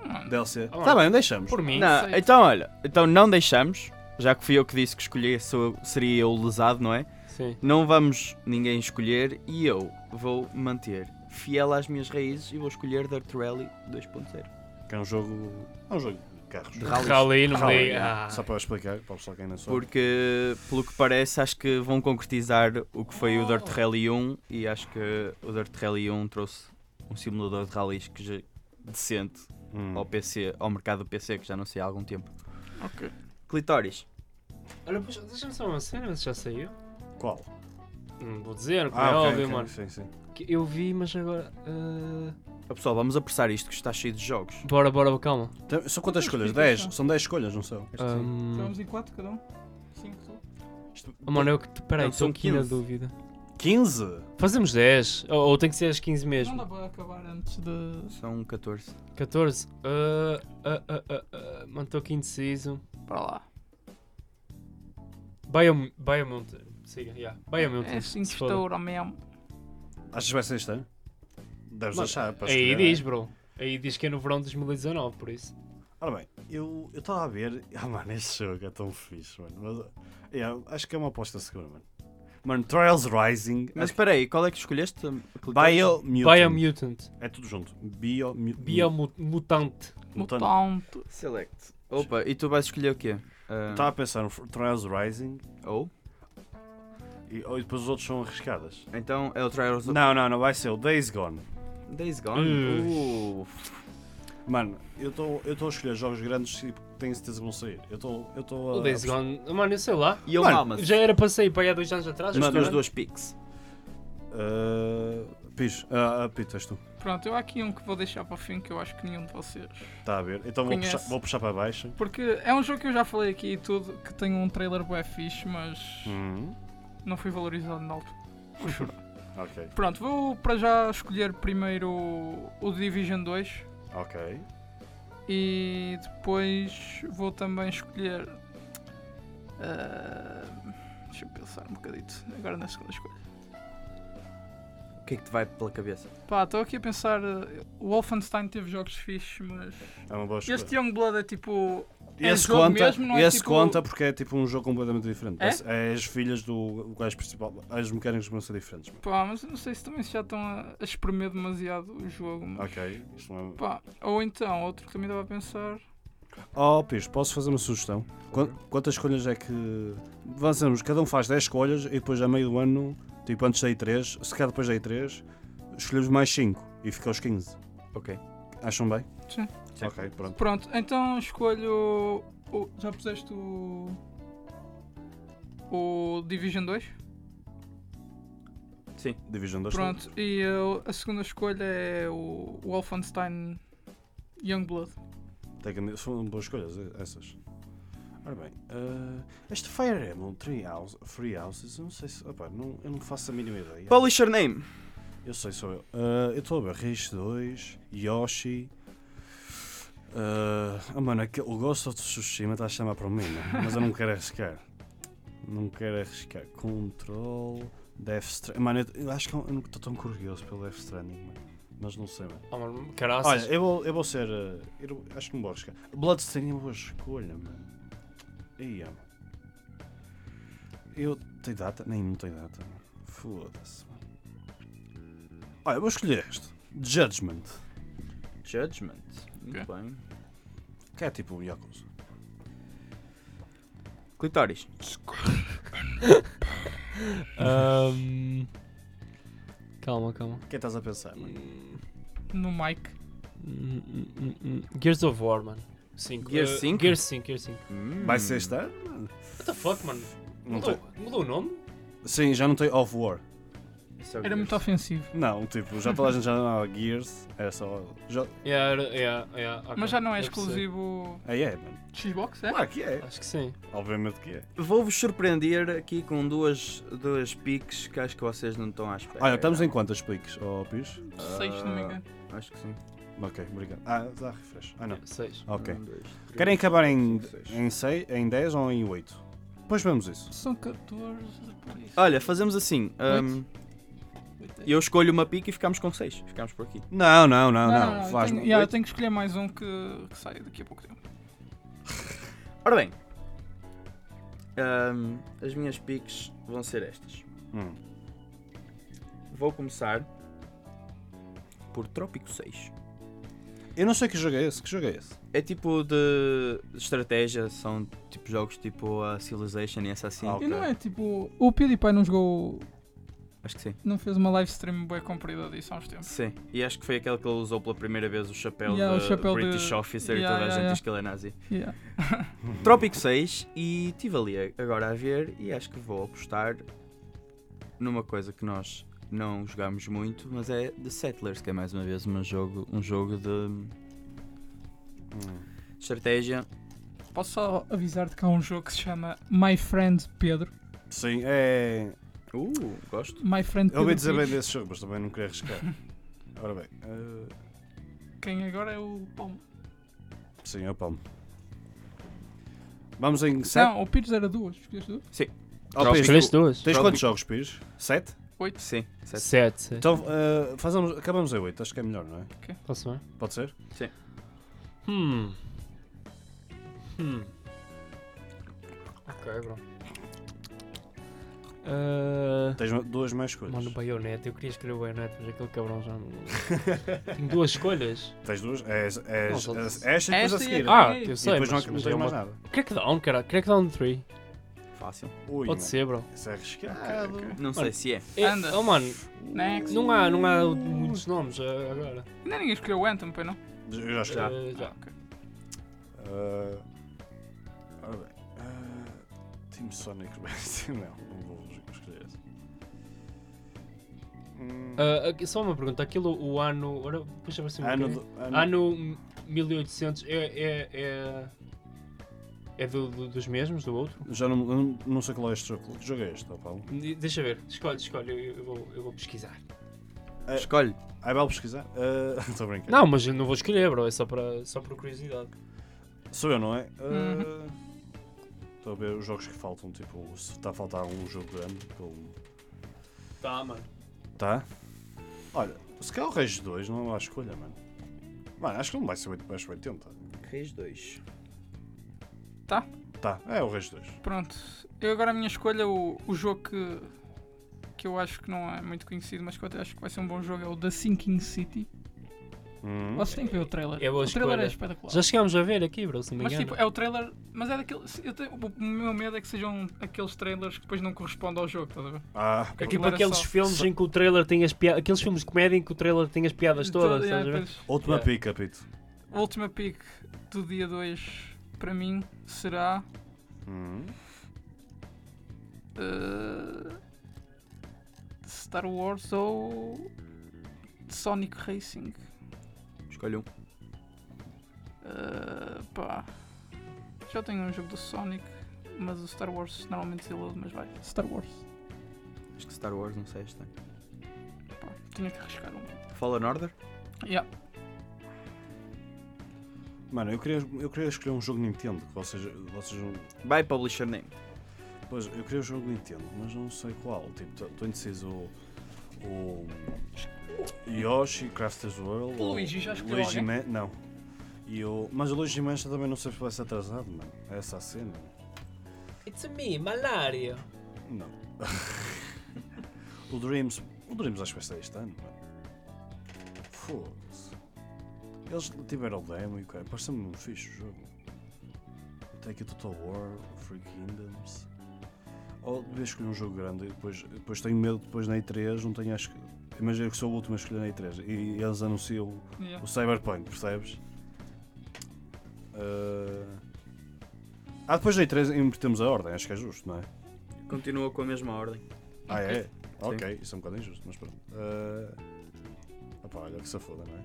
Speaker 5: Mano,
Speaker 2: DLC?
Speaker 3: Ah,
Speaker 2: Tá bem, deixamos.
Speaker 3: Por mim,
Speaker 4: Não,
Speaker 5: sei.
Speaker 4: então olha, então não deixamos, já que fui eu que disse que escolhi, sou- seria eu lesado, não é?
Speaker 3: sim.
Speaker 4: Não vamos ninguém escolher e eu vou manter fiel às minhas raízes e vou escolher Dirt Rally 2.0.
Speaker 2: Que é um jogo. É um jogo de carros.
Speaker 4: De rally.
Speaker 3: Rally, não
Speaker 2: Rally, é.
Speaker 3: me diga. Ah.
Speaker 2: Só para explicar, para o pessoal que ainda sabe.
Speaker 4: Porque, pelo que parece, acho que vão concretizar o que foi o Dirt Rally 1 e acho que o Dirt Rally 1 trouxe um simulador de rallies que já- é decente
Speaker 2: Hum.
Speaker 4: ao PC, ao mercado do PC, que já não sei há algum tempo.
Speaker 5: Ok.
Speaker 4: Clitóris.
Speaker 3: Olha, pois, deixa-me só uma cena, mas já saiu.
Speaker 2: Qual?
Speaker 3: Não vou dizer, como é
Speaker 2: Ah, ok,
Speaker 3: óbvio,
Speaker 2: ok,
Speaker 3: mano.
Speaker 2: Sim, sim.
Speaker 3: Que Eu vi, mas agora... ah,
Speaker 4: Ah, Pessoal, vamos apressar isto que está cheio de jogos.
Speaker 3: Bora, bora, calma.
Speaker 2: Tem- Então, São quantas escolhas?
Speaker 5: Explica
Speaker 2: 10?
Speaker 5: só.
Speaker 2: São 10 escolhas, não são? Então,
Speaker 3: Ahm,
Speaker 5: Estamos em 4 cada um? 5 tu?
Speaker 2: Isto-
Speaker 3: oh, mano, eu que... Peraí,
Speaker 2: então,
Speaker 4: Não,
Speaker 3: estou
Speaker 4: são
Speaker 3: aqui na
Speaker 4: 15.
Speaker 3: dúvida.
Speaker 2: 15?
Speaker 3: Fazemos 10, ou, ou tem que ser às 15
Speaker 5: Não dá
Speaker 3: mesmo.
Speaker 5: para acabar antes de.
Speaker 4: São 14.
Speaker 3: 14. Ah, ah, ah, ah, ah, mano, estou aqui indeciso.
Speaker 5: Para lá.
Speaker 3: Biom- Biomountain. Siga, yeah. Biomountain.
Speaker 5: É 5
Speaker 3: se foda.
Speaker 5: estouro mesmo.
Speaker 2: Achas que vai ser este ano? Deves
Speaker 3: Mano,
Speaker 2: achar. para
Speaker 3: Aí
Speaker 2: escolher,
Speaker 3: diz,
Speaker 2: não é?
Speaker 3: bro. Aí diz que é no verão de 2019, por isso.
Speaker 2: Ora bem, eu eu estava a ver. Ah, mano, este jogo é tão fixe, mano. Mas, yeah, acho que é uma aposta segura, mano. Mano, Trials Rising.
Speaker 4: Mas
Speaker 2: Mas
Speaker 4: espera aí, qual é que escolheste? Clitóris?
Speaker 2: Biomutant.
Speaker 3: Biomutant.
Speaker 2: É tudo junto. Bio.
Speaker 3: Biomutante.
Speaker 2: Estava
Speaker 5: Mutante.
Speaker 4: Select. Opa, e tu vais escolher o quê? Ah,
Speaker 2: Tá a pensar no Trials Rising
Speaker 4: Ou?
Speaker 2: e, ou- e depois os outros são arriscadas.
Speaker 4: Então é o Trials of
Speaker 2: Não, não, não vai ser o Days Gone.
Speaker 4: Days
Speaker 2: Uh.
Speaker 4: Gone. Uf.
Speaker 2: Mano, eu estou a escolher jogos grandes e tenho certeza que vão sair. Eu estou. Eu estou a-
Speaker 3: O Days Gone. Mano, eu sei lá.
Speaker 4: E o
Speaker 2: Mano, é
Speaker 4: Malmas?
Speaker 2: né?
Speaker 3: Já era para sair para aí há dois anos atrás.
Speaker 4: As
Speaker 2: Mano,
Speaker 4: tuas
Speaker 2: mas-
Speaker 4: duas picks.
Speaker 2: Uh, Pires, ah, ah, Pito, és tu.
Speaker 5: Pronto, eu há aqui um que vou deixar para o fim que eu acho que nenhum de vocês
Speaker 2: Está a ver. Então vou
Speaker 5: Conhece.
Speaker 2: puxar, vou puxar para baixo.
Speaker 5: Porque é um jogo que eu já falei aqui e tudo, que tem um trailer bué fixe, mas
Speaker 2: Hum,
Speaker 5: não foi valorizado na altura. Vou chorar.
Speaker 2: ok,
Speaker 5: Pronto, vou para já escolher primeiro o Division 2
Speaker 2: ok.
Speaker 5: e depois vou também escolher. ah, deixa eu pensar um bocadito agora na segunda escolha.
Speaker 4: O que é que te vai pela cabeça?
Speaker 5: Pá, estou aqui a pensar. ah, O Wolfenstein teve jogos fixes, mas.
Speaker 2: É uma boa escolha.
Speaker 5: Este Youngblood é tipo. é
Speaker 2: Esse
Speaker 5: jogo
Speaker 2: conta,
Speaker 5: mesmo, não é
Speaker 2: esse
Speaker 5: tipo-
Speaker 2: conta porque é tipo um jogo completamente diferente.
Speaker 5: É?
Speaker 2: Esse- É? as filhas do gajo principal. As mecânicas vão ser diferentes. mano.
Speaker 5: Pá, mas eu não sei se também se já estão a, a espremer demasiado o jogo. mas-
Speaker 2: Ok. Isto não é...
Speaker 5: Pá, ou então, outro que eu me dava a pensar.
Speaker 2: Oh, Pires, posso fazer uma sugestão? Quan- Quantas escolhas é que. Avançamos, cada um faz 10 escolhas e depois, a meio do ano, tipo antes da I3, se calhar depois da I3, escolhemos mais 5 e fica aos 15.
Speaker 4: Ok.
Speaker 2: Acham bem?
Speaker 5: Sim.
Speaker 4: Sim.
Speaker 2: Ok, pronto.
Speaker 5: Pronto, então escolho. o- já puseste o. O Division 2?
Speaker 4: Sim.
Speaker 2: Division 2.
Speaker 5: Pronto, e eu- a segunda escolha é o o Wolfenstein Youngblood.
Speaker 2: São boas escolhas eh, essas. Ora bem, eh, este Fire Emblem Three, House, Three Houses, eu não sei se. opá, não, eu não faço a mínima ideia.
Speaker 4: Polish your name.
Speaker 2: Eu sei, sou eu. Ah, eu estou a ver Rage 2, Yoshi. Ah, ah, mano, aquele, o Ghost of Tsushima está a chamar para mim, né? mas eu não quero arriscar. Não quero arriscar. Control, Death Stranding. Mano, eu, eu acho que eu não estou tão curioso pelo Death Stranding, mano. mas não sei, mano.
Speaker 3: Oh, mano, caraças.
Speaker 2: Olha, eu vou, eu vou ser. ah, eu não- acho que não vou arriscar. Bloodstained é uma boa escolha, mano. Ia, mano. Eu. Tem data? Nem não tem data. mano. Foda-se, mano. Olha, eu vou escolher este. Judgment.
Speaker 4: Judgment. Muito bem.
Speaker 2: Que é tipo um Yakuza.
Speaker 4: Clitóris.
Speaker 3: Ahm, Calma, calma.
Speaker 2: O que é que estás a pensar, mano?
Speaker 3: Hum,
Speaker 5: No Mike.
Speaker 3: hum, hum, hum, hum. Gears of War, mano. 5.
Speaker 4: Gears 5?
Speaker 3: Gears 5, Gears 5.
Speaker 4: Hum,
Speaker 2: Vai ser este ano?
Speaker 3: What the fuck, mano?
Speaker 2: Não
Speaker 3: Mudou,
Speaker 2: tem-
Speaker 3: mudou o nome?
Speaker 2: Sim, já não tem Of War.
Speaker 4: é
Speaker 5: Era muito ofensivo.
Speaker 2: Não, tipo, já toda a gente já não há Gears. Era só. Já...
Speaker 3: Yeah, era- yeah, yeah, ok.
Speaker 5: Mas já não é
Speaker 3: Eu percebo.
Speaker 5: exclusivo
Speaker 2: Aí é, mano.
Speaker 5: Xbox, é?
Speaker 2: Claro que é.
Speaker 3: Acho que sim.
Speaker 2: Obviamente que é.
Speaker 4: Vou-vos surpreender aqui com duas, duas piques que acho que vocês não estão à espera.
Speaker 2: Olha, estamos em quantas piques, ó Pires?
Speaker 5: 6, se não me engano.
Speaker 4: Acho que sim.
Speaker 2: Ok, obrigado. Ah, dá refresh. Ah, não.
Speaker 3: 6.
Speaker 2: Ok.
Speaker 4: Um, dois, três,
Speaker 2: Querem acabar em,
Speaker 4: quatro, cinco, seis.
Speaker 2: em, sei- em 10 ou em 8? Depois vemos isso.
Speaker 5: São 14. por isso.
Speaker 4: Olha, fazemos assim. um, eu escolho uma pique e ficamos com seis. Ficamos por aqui.
Speaker 2: Não, não, não,
Speaker 5: Não,
Speaker 2: não.
Speaker 5: não,
Speaker 2: Faz
Speaker 5: eu, tenho, yeah, eu tenho que escolher mais um que, que saia daqui a pouco tempo.
Speaker 4: Ora bem. Um, as minhas piques vão ser estas.
Speaker 2: Hum.
Speaker 4: Vou começar por Trópico 6.
Speaker 2: Eu não sei que jogo é esse. Que jogo é esse?
Speaker 4: É tipo de estratégia, são tipo jogos tipo a Civilization e essa assim.
Speaker 2: Ah,
Speaker 5: E não
Speaker 2: Ok.
Speaker 5: é tipo. O PewDiePie não jogou.
Speaker 4: Acho que sim.
Speaker 5: Não fez uma live stream bem comprida disso há uns tempos.
Speaker 4: Sim, e acho que foi aquele que ele usou pela primeira vez o chapéu
Speaker 5: Yeah, o
Speaker 4: de
Speaker 5: chapéu de-
Speaker 4: British Officer e
Speaker 5: Yeah,
Speaker 4: toda
Speaker 5: yeah,
Speaker 4: a gente
Speaker 5: yeah.
Speaker 4: diz que ele é nazi.
Speaker 5: Yeah.
Speaker 4: Trópico 6 e estive ali a- agora a ver e acho que vou apostar numa coisa que nós não jogámos muito, mas é The Settlers, que é mais uma vez um jogo, um jogo de
Speaker 2: Hum.
Speaker 4: estratégia.
Speaker 5: Posso só avisar-te que há um jogo que se chama My Friend Pedro.
Speaker 2: Sim, é.
Speaker 4: Uh, gosto.
Speaker 5: My Friend
Speaker 2: Eu
Speaker 5: Pedro.
Speaker 2: ouvi dizer bem
Speaker 5: Pires.
Speaker 2: desse jogo, mas também não queria arriscar. Ora bem. eh,
Speaker 5: Quem agora é o Palmo.
Speaker 2: sim, é o palmo. Vamos em 7.
Speaker 5: Não, o Pires era duas. Escolheste duas?
Speaker 2: Oh, Pires,
Speaker 4: Escolheste
Speaker 2: tu-
Speaker 3: duas?
Speaker 2: tens
Speaker 4: Trópico.
Speaker 2: quantos jogos, Pires? 7?
Speaker 4: Sim, sete.
Speaker 3: 7.
Speaker 2: Então eh, fazemos, acabamos em 8. Acho que é melhor, não é?
Speaker 3: Posso ver?
Speaker 2: Pode ser?
Speaker 3: Hum. Hum. Ok, bro. Ah,
Speaker 2: Tens ma- duas mais escolhas.
Speaker 3: Mano, Bayonetta, eu queria escolher o Bayonetta, mas aquele cabrão já não. Tenho duas escolhas.
Speaker 2: Tens duas? É, é, é,
Speaker 3: Não, só-
Speaker 2: esta e depois a
Speaker 5: Esta e
Speaker 2: seguir.
Speaker 5: a-
Speaker 3: Ah, eu
Speaker 2: e
Speaker 3: sei,
Speaker 2: depois
Speaker 3: mas,
Speaker 2: não, não
Speaker 3: mas
Speaker 2: tens
Speaker 3: é
Speaker 2: mais
Speaker 3: uma...
Speaker 2: nada.
Speaker 3: Crackdown, cara, é Crackdown 3.
Speaker 4: Fácil.
Speaker 2: Ui,
Speaker 3: um Pode
Speaker 2: mano,
Speaker 3: ser, bro.
Speaker 2: Isso é arriscado.
Speaker 5: Ok, ok.
Speaker 4: Não sei
Speaker 3: Olha,
Speaker 4: se é.
Speaker 3: É,
Speaker 5: Anda.
Speaker 3: Oh, mano,
Speaker 5: Next.
Speaker 3: não há, não há muitos nomes eh, agora.
Speaker 5: Ainda ninguém escolheu o Anthem, pois não?
Speaker 2: Eu já escolhi.
Speaker 3: Eh, já.
Speaker 2: Uh, ora bem. Ah, Uh, Team Sonic Racing. Não, não vou escolher esse. Hum,
Speaker 3: Ah, aqui- só uma pergunta, aquilo o ano. Ora, puxa para cima. um
Speaker 2: ano,
Speaker 3: bocadinho.
Speaker 2: do- ano,
Speaker 3: Ano 1800 é. é, é... É do- do- dos mesmos, do outro?
Speaker 2: Já não, não, não sei qual é este jogo. Que jogo é este, ó Paulo?
Speaker 3: De- Deixa ver, escolhe, escolhe, eu, eu vou, eu vou pesquisar.
Speaker 2: É.
Speaker 4: Escolhe.
Speaker 2: Ah, é belo pesquisar? Ah, Estou a brincar.
Speaker 3: Não, mas eu não vou escolher, bro, é só, para, só por curiosidade.
Speaker 2: Sou eu, não é? Ah, Estou a ver os jogos que faltam, tipo, se está a faltar um jogo grande, como...
Speaker 3: Tá, mano.
Speaker 2: Tá? Olha, se calhar o Rage 2 não é uma má escolha, mano. Mano, acho que não vai um, tá? ser 8 mais 80.
Speaker 4: Reis 2.
Speaker 2: Tá, é o Rage 2.
Speaker 5: Pronto, eu agora a minha escolha, o, o jogo que, que eu acho que não é muito conhecido, mas que eu até acho que vai ser um bom jogo, é o The Sinking City.
Speaker 2: Hum.
Speaker 5: Vocês têm que ver o trailer.
Speaker 3: É boa
Speaker 5: o trailer
Speaker 3: escolha.
Speaker 5: é espetacular.
Speaker 3: Já chegámos a ver aqui, bro, se não me
Speaker 5: Mas
Speaker 3: engano.
Speaker 5: tipo, é o trailer. Mas é daquele. eu tenho- o meu medo é que sejam aqueles trailers que depois não correspondem ao jogo, estás a ver?
Speaker 2: Ah,
Speaker 3: É tipo
Speaker 5: Aquilo era
Speaker 3: aqueles
Speaker 5: só-
Speaker 3: filmes em que o trailer tem as piadas. Aqueles filmes de comédia em que o trailer tem as piadas
Speaker 5: Então,
Speaker 3: todas, estás a
Speaker 5: yeah,
Speaker 3: ver?
Speaker 5: pois.
Speaker 2: última
Speaker 3: Yeah.
Speaker 2: pica, Pito.
Speaker 5: A última pick do dia 2 para mim será.
Speaker 2: Hum.
Speaker 5: eh, Star Wars ou. Sonic Racing.
Speaker 4: Escolhe um.
Speaker 5: Eh, pá. Já tenho um jogo do Sonic, mas o Star Wars normalmente é desilude, mas vai. Star Wars.
Speaker 4: Acho que Star Wars, não sei esta.
Speaker 5: Pá, tinha que arriscar um.
Speaker 4: Fallen Order?
Speaker 5: Yeah.
Speaker 2: Mano, eu queria, eu queria escolher um jogo Nintendo, que vocês, vocês não-
Speaker 4: By Publisher Name.
Speaker 2: Pois, eu queria um jogo Nintendo, mas não sei qual. Tipo, estou indeciso o... o Yoshi, Crafter's World...
Speaker 5: O
Speaker 2: ou
Speaker 5: Luigi, já escolheu
Speaker 2: Luigi
Speaker 5: alguém?
Speaker 2: Man- Não. E o... Mas o Luigi Mansion também não sei se vai ser atrasado, mano. É essa a cena.
Speaker 3: It's me, malaria.
Speaker 2: Não. o Dreams... O Dreams acho que vai ser este ano, mano. Foda-se. Eles tiveram o demo e o cara... Parece-me um fixe o jogo. Take a Total War, Free Kingdoms... Ou devia escolher um jogo grande e depois, depois tenho medo, depois na E3 não tenho acho que... Imagina que sou o último a escolher na E3 e eles anunciam
Speaker 5: Yeah.
Speaker 2: o Cyberpunk, percebes? Ah, Ah, depois na E3 invertemos a ordem, acho que é justo, não é?
Speaker 4: Continua com a mesma ordem.
Speaker 2: Ah, é? Ok, isso é um bocado injusto, mas pronto. Uh... Opa, olha que se foda, não é?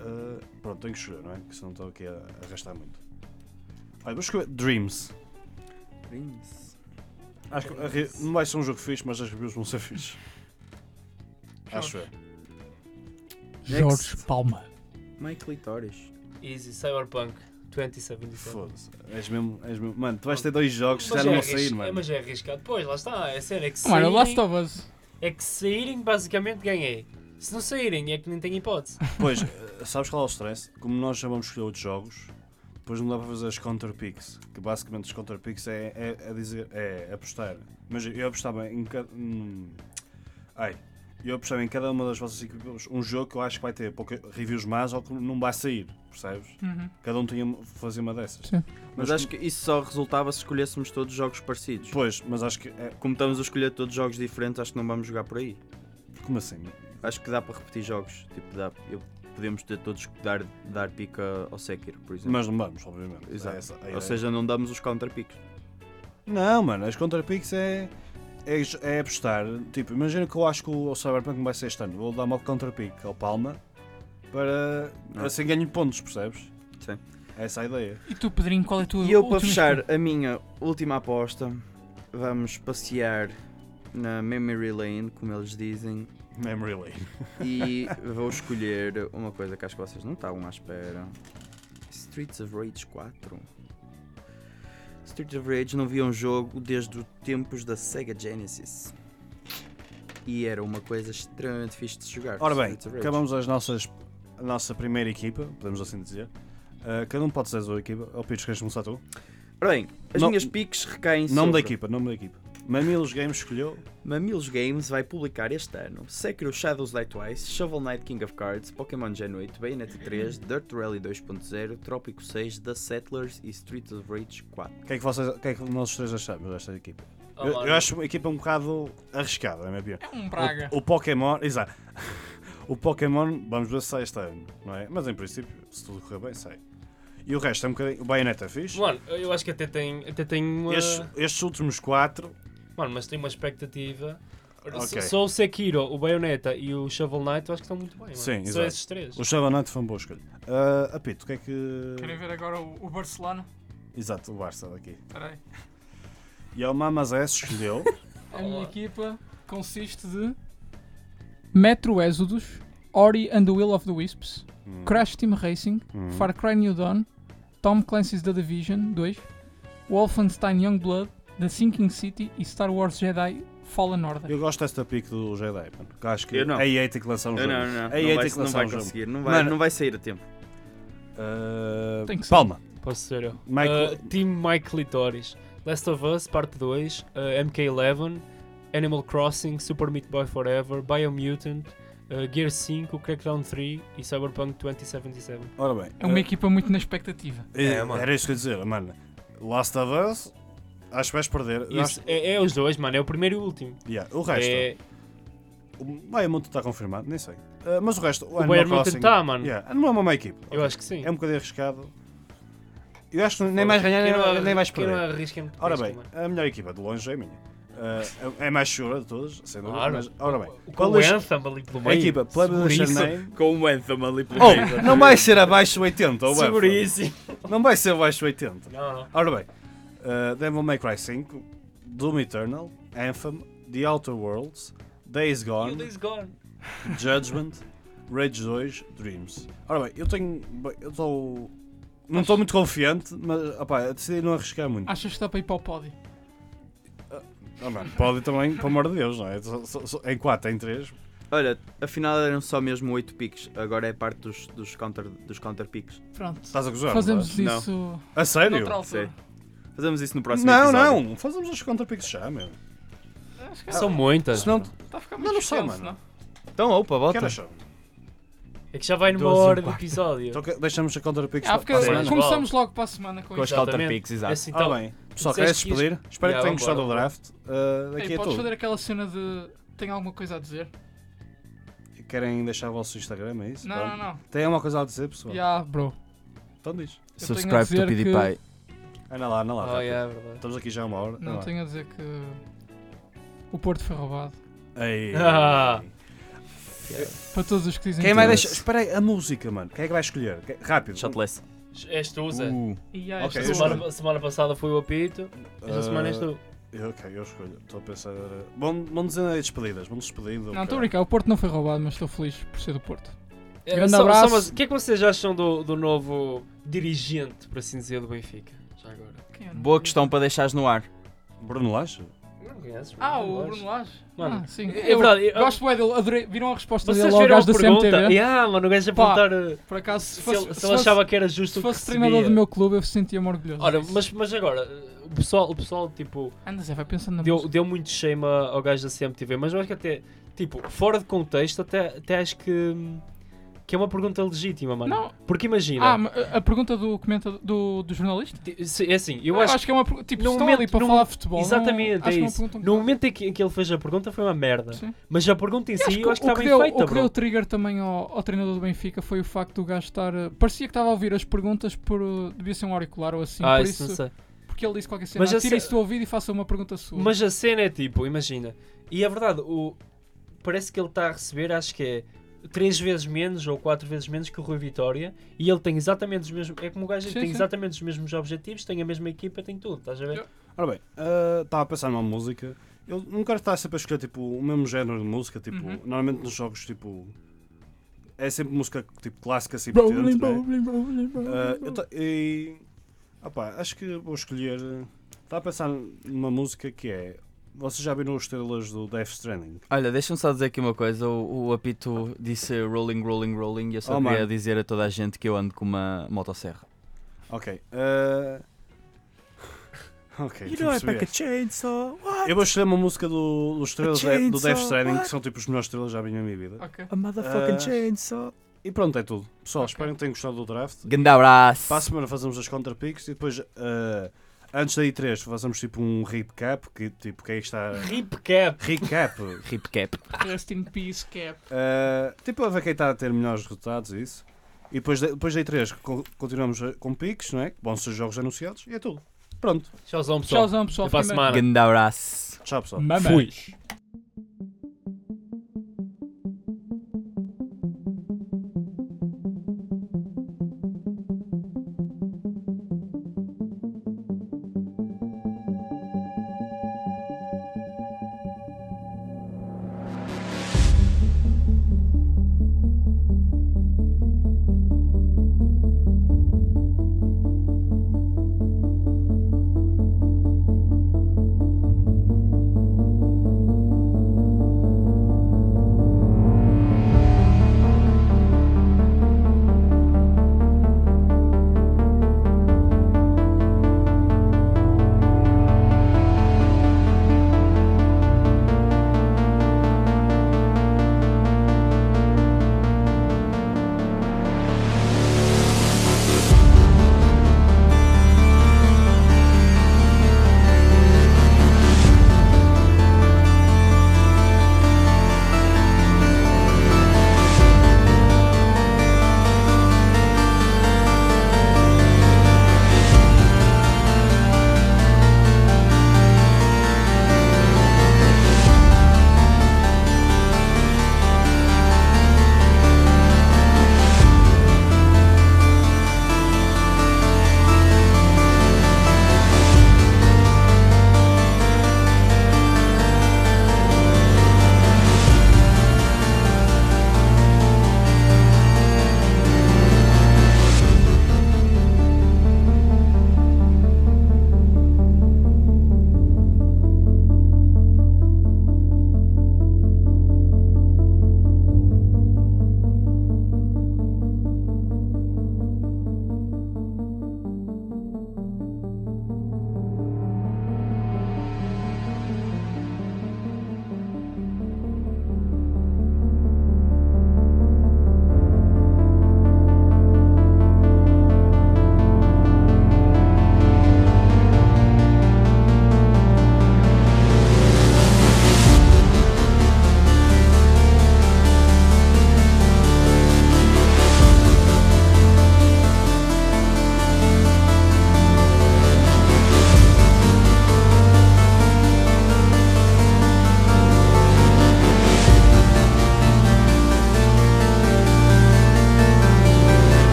Speaker 2: Ah, pronto, tenho que escolher, não é? Que senão estou aqui a a arrastar muito. Olha, vou escolher Dreams.
Speaker 4: Prince.
Speaker 2: Acho que a re- não vai ser um jogo fixe, mas as reviews vão ser fixe. Acho eu.
Speaker 1: Jorge Palma.
Speaker 4: Mike Litoris.
Speaker 3: Easy, Cyberpunk 2077.
Speaker 2: Foda-se. És mesmo, és mesmo. Mano, tu vais ter dois jogos que já
Speaker 3: Mas
Speaker 2: não
Speaker 3: é,
Speaker 2: vão sair,
Speaker 3: arris- é,
Speaker 2: mano.
Speaker 3: mas é arriscado. Pois, lá está, é sério, é que
Speaker 5: Mano,
Speaker 3: saírem,
Speaker 5: Last of Us.
Speaker 3: é que saírem basicamente ganhei. Se não saírem é que nem tenho hipótese.
Speaker 2: Pois, eh, sabes qual é o stress? Como nós chamamos escolher outros jogos, depois não dá para fazer as counter picks, que basicamente os counter picks é, é, é dizer, é apostar. Mas eu apostava em cada. hum, ai, eu apostava em cada uma das vossas equipas um jogo que eu acho que vai ter pouca, reviews más ou que não vai sair, percebes?
Speaker 5: Uhum.
Speaker 2: Cada um tinha fazer uma dessas.
Speaker 1: Sim.
Speaker 4: Mas acho que isso só resultava se escolhêssemos todos jogos parecidos.
Speaker 2: Pois, mas acho que. É,
Speaker 4: Como estamos a escolher todos jogos diferentes, acho que não vamos jogar por aí.
Speaker 2: como assim?
Speaker 4: Acho que dá para repetir jogos. Tipo, dá, eu- podemos ter todos que dar, dar pica ao Sekiro, por exemplo.
Speaker 2: Mas não vamos, obviamente. É
Speaker 4: Exato.
Speaker 2: essa a
Speaker 4: Ou
Speaker 2: ideia.
Speaker 4: seja, não damos os counter picks.
Speaker 2: Não, mano, as contrapicks é, é, é apostar. Tipo, imagina que eu acho que o Cyberpunk não vai ser este ano. Vou dar uma contrapick ao Palma para
Speaker 4: Ah.
Speaker 2: assim ganho pontos, percebes?
Speaker 4: Sim.
Speaker 2: É essa a ideia.
Speaker 5: E tu, Pedrinho, qual é a tua
Speaker 4: E eu,
Speaker 5: última
Speaker 4: para fechar a minha última aposta, vamos passear na Memory Lane, como eles dizem,
Speaker 2: Memory Lane.
Speaker 4: e vou escolher uma coisa que acho que vocês não estavam à espera: Streets of Rage 4. Streets of Rage não via um jogo desde os tempos da Sega Genesis. E era uma coisa extremamente fixe de jogar.
Speaker 2: Ora bem,
Speaker 4: Streets of Rage.
Speaker 2: acabamos as nossas, a nossa primeira equipa, podemos assim dizer. Ah, cada um pode ser a sua equipa. Ó, Pires, queres começar tu?
Speaker 4: Ora bem, as
Speaker 2: Não-
Speaker 4: minhas piques recaem
Speaker 2: Nome da
Speaker 4: sobre-
Speaker 2: equipa, nome da equipa. Mamilos Games escolheu.
Speaker 4: Mamilos Games vai publicar este ano Sekiro Shadows Die Twice, Shovel Knight King of Cards, Pokémon Gen 8, Bayonetta 3, Dirt Rally 2.0, Trópico 6, The Settlers e Streets of Rage 4.
Speaker 2: O que é que, vocês, o que, é que nós três achamos desta equipa?
Speaker 3: Oh,
Speaker 2: eu,
Speaker 3: mano.
Speaker 2: eu acho a equipa um bocado arriscada, na minha opinião.
Speaker 5: Um Braga.
Speaker 2: O, o Pokémon, exato. O Pokémon, vamos ver se sai este ano, não é? Mas em princípio, se tudo correr bem, sai. E o resto é um bocadinho. O Bayonetta é fixe.
Speaker 3: Mano, eu acho que até tem, até tem uma...
Speaker 2: Estes, estes últimos quatro,
Speaker 3: Mano, mas tem uma expectativa
Speaker 2: Ok.
Speaker 3: Só o Sekiro, o Bayonetta e o Shovel Knight eu acho que estão muito bem. mano.
Speaker 2: Sim,
Speaker 3: Só
Speaker 2: exato.
Speaker 3: esses três.
Speaker 2: O Shovel Knight foi uma boa escolha. Ah, apito, o que é que.
Speaker 5: Querem ver agora o, o Barcelona?
Speaker 2: Exato, o Barça daqui.
Speaker 5: Espera aí.
Speaker 2: E o Mamas S escolheu.
Speaker 5: A minha equipa consiste de Metro Exodus, Ori and the Will of the Wisps,
Speaker 2: Hum,
Speaker 5: Crash Team Racing,
Speaker 2: hum.
Speaker 5: Far Cry New Dawn, Tom Clancy's The Division 2, Wolfenstein Youngblood, The Sinking City e Star Wars Jedi Fallen Order.
Speaker 2: Eu gosto desta pick do Jedi, mano. que acho que
Speaker 4: Eu não.
Speaker 2: a EA tem que lançar um
Speaker 4: Não,
Speaker 2: jogo.
Speaker 4: não, não. Não
Speaker 2: A EA
Speaker 4: vai,
Speaker 2: tem que
Speaker 4: é não
Speaker 2: lançar
Speaker 4: vai
Speaker 2: um jogo.
Speaker 4: conseguir. Não vai,
Speaker 2: Mano.
Speaker 4: não vai sair a tempo.
Speaker 2: Ah,
Speaker 5: Tem que ser.
Speaker 2: Palma.
Speaker 3: Posso ser eu.
Speaker 2: Michael-
Speaker 3: Uh, Team Mike Clitoris. Last of Us, parte 2, uh, MK11, Animal Crossing, Super Meat Boy Forever, Biomutant, uh, Gear 5, Crackdown 3 e Cyberpunk 2077.
Speaker 2: Ora bem.
Speaker 5: É uma
Speaker 2: ah,
Speaker 5: equipa muito na expectativa.
Speaker 2: eh,
Speaker 6: É, mano.
Speaker 2: Era isso que eu ia dizer, mano. Last of Us, acho que vais perder. Acho- Tá,
Speaker 3: Isso, é, é os dois, mano, é o primeiro e o último.
Speaker 2: Yeah, O resto.
Speaker 3: É,
Speaker 2: O Bayamont está confirmado, nem sei. Ah, mas o resto, o,
Speaker 3: o
Speaker 2: Animal
Speaker 3: Bayern
Speaker 2: Crossing.
Speaker 3: está, mano.
Speaker 2: yeah, não é uma má equipe.
Speaker 3: Eu acho que sim.
Speaker 2: É um bocadinho arriscado. Eu acho que nem mais ganhar,
Speaker 3: Quem
Speaker 2: nem,
Speaker 3: não arri-
Speaker 2: nem mais
Speaker 3: quem não
Speaker 2: perder.
Speaker 3: arrisca é muito
Speaker 2: Ora
Speaker 3: risco,
Speaker 2: bem,
Speaker 3: mano.
Speaker 2: a melhor equipa de longe é a minha. Ah, é é mais segura de todas, sem dúvida.
Speaker 3: Claro.
Speaker 2: Mas, ora bem,
Speaker 3: O-
Speaker 2: qual
Speaker 3: Com o
Speaker 2: é-
Speaker 3: Anthem ali pelo
Speaker 2: a
Speaker 3: meio.
Speaker 2: equipa Plebeian
Speaker 3: Seguríssimo.
Speaker 2: Name.
Speaker 4: Com o Anthem ali pelo
Speaker 2: Oh, não vai ser abaixo de 80, ou bem?
Speaker 3: Seguríssimo.
Speaker 2: Não vai ser abaixo de 80.
Speaker 3: Não, não.
Speaker 2: Ora bem, uh, Devil May Cry 5, Doom Eternal, Anthem, The Outer Worlds, Days
Speaker 3: E o
Speaker 2: Gone,
Speaker 3: Days Gone.
Speaker 2: Judgment, Rage 2, Dreams. Ora bem, eu tenho. bem, Eu estou. Não estou muito confiante, mas opá, eu decidi não arriscar muito.
Speaker 5: Achas que dá para ir para o pódio?
Speaker 2: Ah, mano, pode também, pelo amor de Deus, não é? Só- só- só- em 4, em 3.
Speaker 4: Olha, afinal eram só mesmo 8 picks, agora é parte dos, dos, counter, dos counter picks.
Speaker 5: Pronto.
Speaker 2: Estás a gozar? Tá não
Speaker 5: Fazemos
Speaker 4: não.
Speaker 5: isso
Speaker 2: estás? A sério?
Speaker 5: noutra
Speaker 4: Sim.
Speaker 5: altura.
Speaker 4: Fazemos isso no próximo
Speaker 2: Não,
Speaker 4: episódio.
Speaker 2: não, fazemos os contrapicos já, meu.
Speaker 5: Acho que
Speaker 3: São muitas.
Speaker 2: Senão,
Speaker 5: está a ficar
Speaker 2: Não,
Speaker 5: muito
Speaker 2: não sei,
Speaker 5: extenso,
Speaker 2: mano.
Speaker 5: não?
Speaker 4: Então, opa,
Speaker 2: que
Speaker 4: bota.
Speaker 2: horas são?
Speaker 3: É que já vai numa
Speaker 4: 12 e um
Speaker 3: hora de
Speaker 4: quarto.
Speaker 3: episódio.
Speaker 2: Então, que- deixamos os contrapicos
Speaker 5: Ah,
Speaker 2: para a semana.
Speaker 5: porque começamos logo para a semana com
Speaker 4: Com os
Speaker 5: isto.
Speaker 4: counter
Speaker 3: Exatamente.
Speaker 4: picks, exato.
Speaker 3: Assim,
Speaker 2: Ora
Speaker 3: então,
Speaker 2: tá. bem, pessoal,
Speaker 3: disseste
Speaker 2: queres
Speaker 3: que
Speaker 2: despedir? Espero
Speaker 3: Ya,
Speaker 2: que tenham
Speaker 3: vambora,
Speaker 2: gostado do
Speaker 3: vambora.
Speaker 2: draft. Uh, daqui
Speaker 5: Ei,
Speaker 2: é
Speaker 5: podes
Speaker 2: tudo.
Speaker 5: fazer aquela cena de tem alguma coisa a dizer?
Speaker 2: Querem deixar o vosso Instagram, é isso?
Speaker 5: Não,
Speaker 2: Pronto.
Speaker 5: não, não.
Speaker 2: Tem alguma coisa a dizer, pessoal?
Speaker 5: Já, bro.
Speaker 2: Então diz.
Speaker 5: Eu tenho a
Speaker 4: Subscribe
Speaker 5: dizer
Speaker 4: to PewDiePie.
Speaker 2: Anda lá, anda lá.
Speaker 3: Oh,
Speaker 2: rápido.
Speaker 3: yeah, é verdade.
Speaker 2: Estamos aqui já há uma hora.
Speaker 5: Que... Ah, Não,
Speaker 2: Anda lá.
Speaker 5: tenho a dizer que o Porto foi roubado.
Speaker 2: Ei.
Speaker 3: Ah.
Speaker 5: Para todos os que dizem
Speaker 2: Quem é
Speaker 5: que
Speaker 2: vai
Speaker 5: não.
Speaker 2: deixar? Espera aí, a música, mano. Quem é que vai escolher? Quem- Rápido.
Speaker 4: Shotless.
Speaker 3: És tu, Zé.
Speaker 4: Uh,
Speaker 5: E é há
Speaker 2: Ok,
Speaker 5: esta
Speaker 2: eu escolho.
Speaker 5: semana.
Speaker 3: semana, semana passada foi o apito, esta
Speaker 2: Ah,
Speaker 3: semana és tu.
Speaker 2: eu- Ok, eu escolho. Estou a pensar. eh, Bom, bom dizer aí despedidas. Bom despedido.
Speaker 5: Não, estou a
Speaker 2: cara.
Speaker 5: brincar, o Porto não foi roubado, mas estou feliz por ser do Porto.
Speaker 3: É,
Speaker 5: grande
Speaker 3: só- só
Speaker 5: abraço.
Speaker 3: mas O que é que vocês acham do, do novo dirigente, por assim dizer, do Benfica? Já agora.
Speaker 5: Quem era?
Speaker 4: boa questão para deixares no ar.
Speaker 2: Bruno Lacho?
Speaker 3: Não conheces?
Speaker 5: Ah,
Speaker 3: mano,
Speaker 5: o
Speaker 3: eu
Speaker 5: Bruno
Speaker 3: acho.
Speaker 5: Lage?
Speaker 3: Mano,
Speaker 5: ah, sim.
Speaker 3: é
Speaker 5: Eu
Speaker 3: verdade, eu-
Speaker 5: gosto bem dele, adorei. Viram a resposta
Speaker 3: Vocês
Speaker 5: dele ao
Speaker 3: viram a
Speaker 5: gajo da
Speaker 3: pergunta?
Speaker 5: CMTV?
Speaker 3: Yeah, mano, o gajo a
Speaker 5: Pá,
Speaker 3: perguntar uh,
Speaker 5: Por acaso, se
Speaker 3: se,
Speaker 5: fosse,
Speaker 3: ele,
Speaker 5: se
Speaker 3: se ele
Speaker 5: fosse-
Speaker 3: achava que era justo
Speaker 5: se
Speaker 3: o que
Speaker 5: fosse treinador do
Speaker 3: recebia.
Speaker 5: meu clube, eu sentia-me orgulhoso.
Speaker 3: Ora, mas, mas agora, uh, o pessoal, o pessoal tipo,
Speaker 5: Anda, Zé, vai pensando na
Speaker 3: deu,
Speaker 5: música.
Speaker 3: deu muito shame a- ao gajo da CMTV, mas eu acho que até, tipo, fora de contexto, até, até acho que, hum, que é uma pergunta legítima, mano.
Speaker 5: Não.
Speaker 3: Porque imagina,
Speaker 5: Ah, mas a- a pergunta do comentador, do, do jornalista?
Speaker 3: ti- se- é assim, eu
Speaker 5: Eu
Speaker 3: acho
Speaker 5: acho que é uma pergunta. Tipo,
Speaker 3: No
Speaker 5: estou
Speaker 3: momento-
Speaker 5: ali para
Speaker 3: no-
Speaker 5: falar de futebol. não-
Speaker 3: Exatamente, é
Speaker 5: acho que
Speaker 3: isso.
Speaker 5: uma pergunta um
Speaker 3: no
Speaker 5: bocado-
Speaker 3: momento em que, em que ele fez a pergunta foi uma merda.
Speaker 5: Sim.
Speaker 3: Mas a pergunta em si eu acho que
Speaker 5: o
Speaker 3: está
Speaker 5: que
Speaker 3: bem
Speaker 5: deu,
Speaker 3: feita,
Speaker 5: o que
Speaker 3: bro.
Speaker 5: deu trigger também ao, ao treinador do Benfica foi o facto do gajo estar. eh, Parecia que estava a ouvir as perguntas por. eh, devia ser um auricular ou assim.
Speaker 3: Ah,
Speaker 5: por
Speaker 3: isso
Speaker 5: isso,
Speaker 3: não sei.
Speaker 5: porque ele disse qualquer cena.
Speaker 3: Mas
Speaker 5: Mas
Speaker 3: a
Speaker 5: tira
Speaker 3: ce-
Speaker 5: isso do ouvido e faça uma pergunta sua.
Speaker 3: Mas a cena é tipo, imagina. E é verdade, o... parece que ele está a receber, acho que é. 3 vezes menos ou 4 vezes menos que o Rui Vitória e ele tem exatamente os mesmos. É como o gajo
Speaker 5: Sim,
Speaker 3: tem
Speaker 5: sim.
Speaker 3: exatamente os mesmos objetivos, tem a mesma equipa, tem tudo, estás a ver?
Speaker 5: Eu-
Speaker 2: Ora bem, ah, estava a pensar numa música. Eu não quero estar sempre a escolher tipo, o mesmo género de música. Tipo,
Speaker 5: Uhum.
Speaker 2: Normalmente nos jogos, tipo. É sempre música tipo, clássica, assim,
Speaker 1: Bowling,
Speaker 2: potente, né?
Speaker 1: bowling, bowling, bowling.
Speaker 2: Ah, eu ta- e. opá, acho que vou escolher. eh, Estava a pensar numa música que é. Vocês já viram os trailers do Death Stranding?
Speaker 4: Olha, deixa-me só dizer aqui uma coisa. O, o apito disse rolling, rolling, rolling. E eu só
Speaker 2: Oh,
Speaker 4: queria
Speaker 2: mano.
Speaker 4: dizer a toda a gente que eu ando com uma motosserra.
Speaker 2: Ok. ah, Ok. tu
Speaker 4: é
Speaker 2: percebeste.
Speaker 4: chainsaw.
Speaker 2: Eu vou escolher uma música do, dos trailers de- do Death
Speaker 4: chainsaw,
Speaker 2: Stranding,
Speaker 4: what?
Speaker 2: que são tipo os melhores trailers já vi na minha vida.
Speaker 5: Ok.
Speaker 4: A
Speaker 2: motherfucking Ah.
Speaker 4: chainsaw.
Speaker 2: E pronto, é tudo. Pessoal,
Speaker 5: Ok.
Speaker 2: espero que tenham gostado do draft.
Speaker 4: Grande abraço.
Speaker 2: Para a semana fazemos as contrapicks e depois, ah, antes da I3, fazemos tipo um recap, que tipo, quem está...
Speaker 3: Rip Cap!
Speaker 2: Recap!
Speaker 4: Rip cap.
Speaker 5: Rest in peace, cap.
Speaker 2: Ah, tipo, a ver quem está a ter melhores resultados e isso. E depois, da- depois da I3 co- continuamos ah, com picks, não é? Vão ser jogos anunciados e é tudo. Pronto.
Speaker 3: Tchauzão, pessoal.
Speaker 5: Tchauzão, pessoal.
Speaker 3: Até para a
Speaker 5: Fiquem bem.
Speaker 3: semana.
Speaker 4: Grande abraço.
Speaker 2: Tchau, pessoal.
Speaker 5: Mamãe.
Speaker 3: Fui.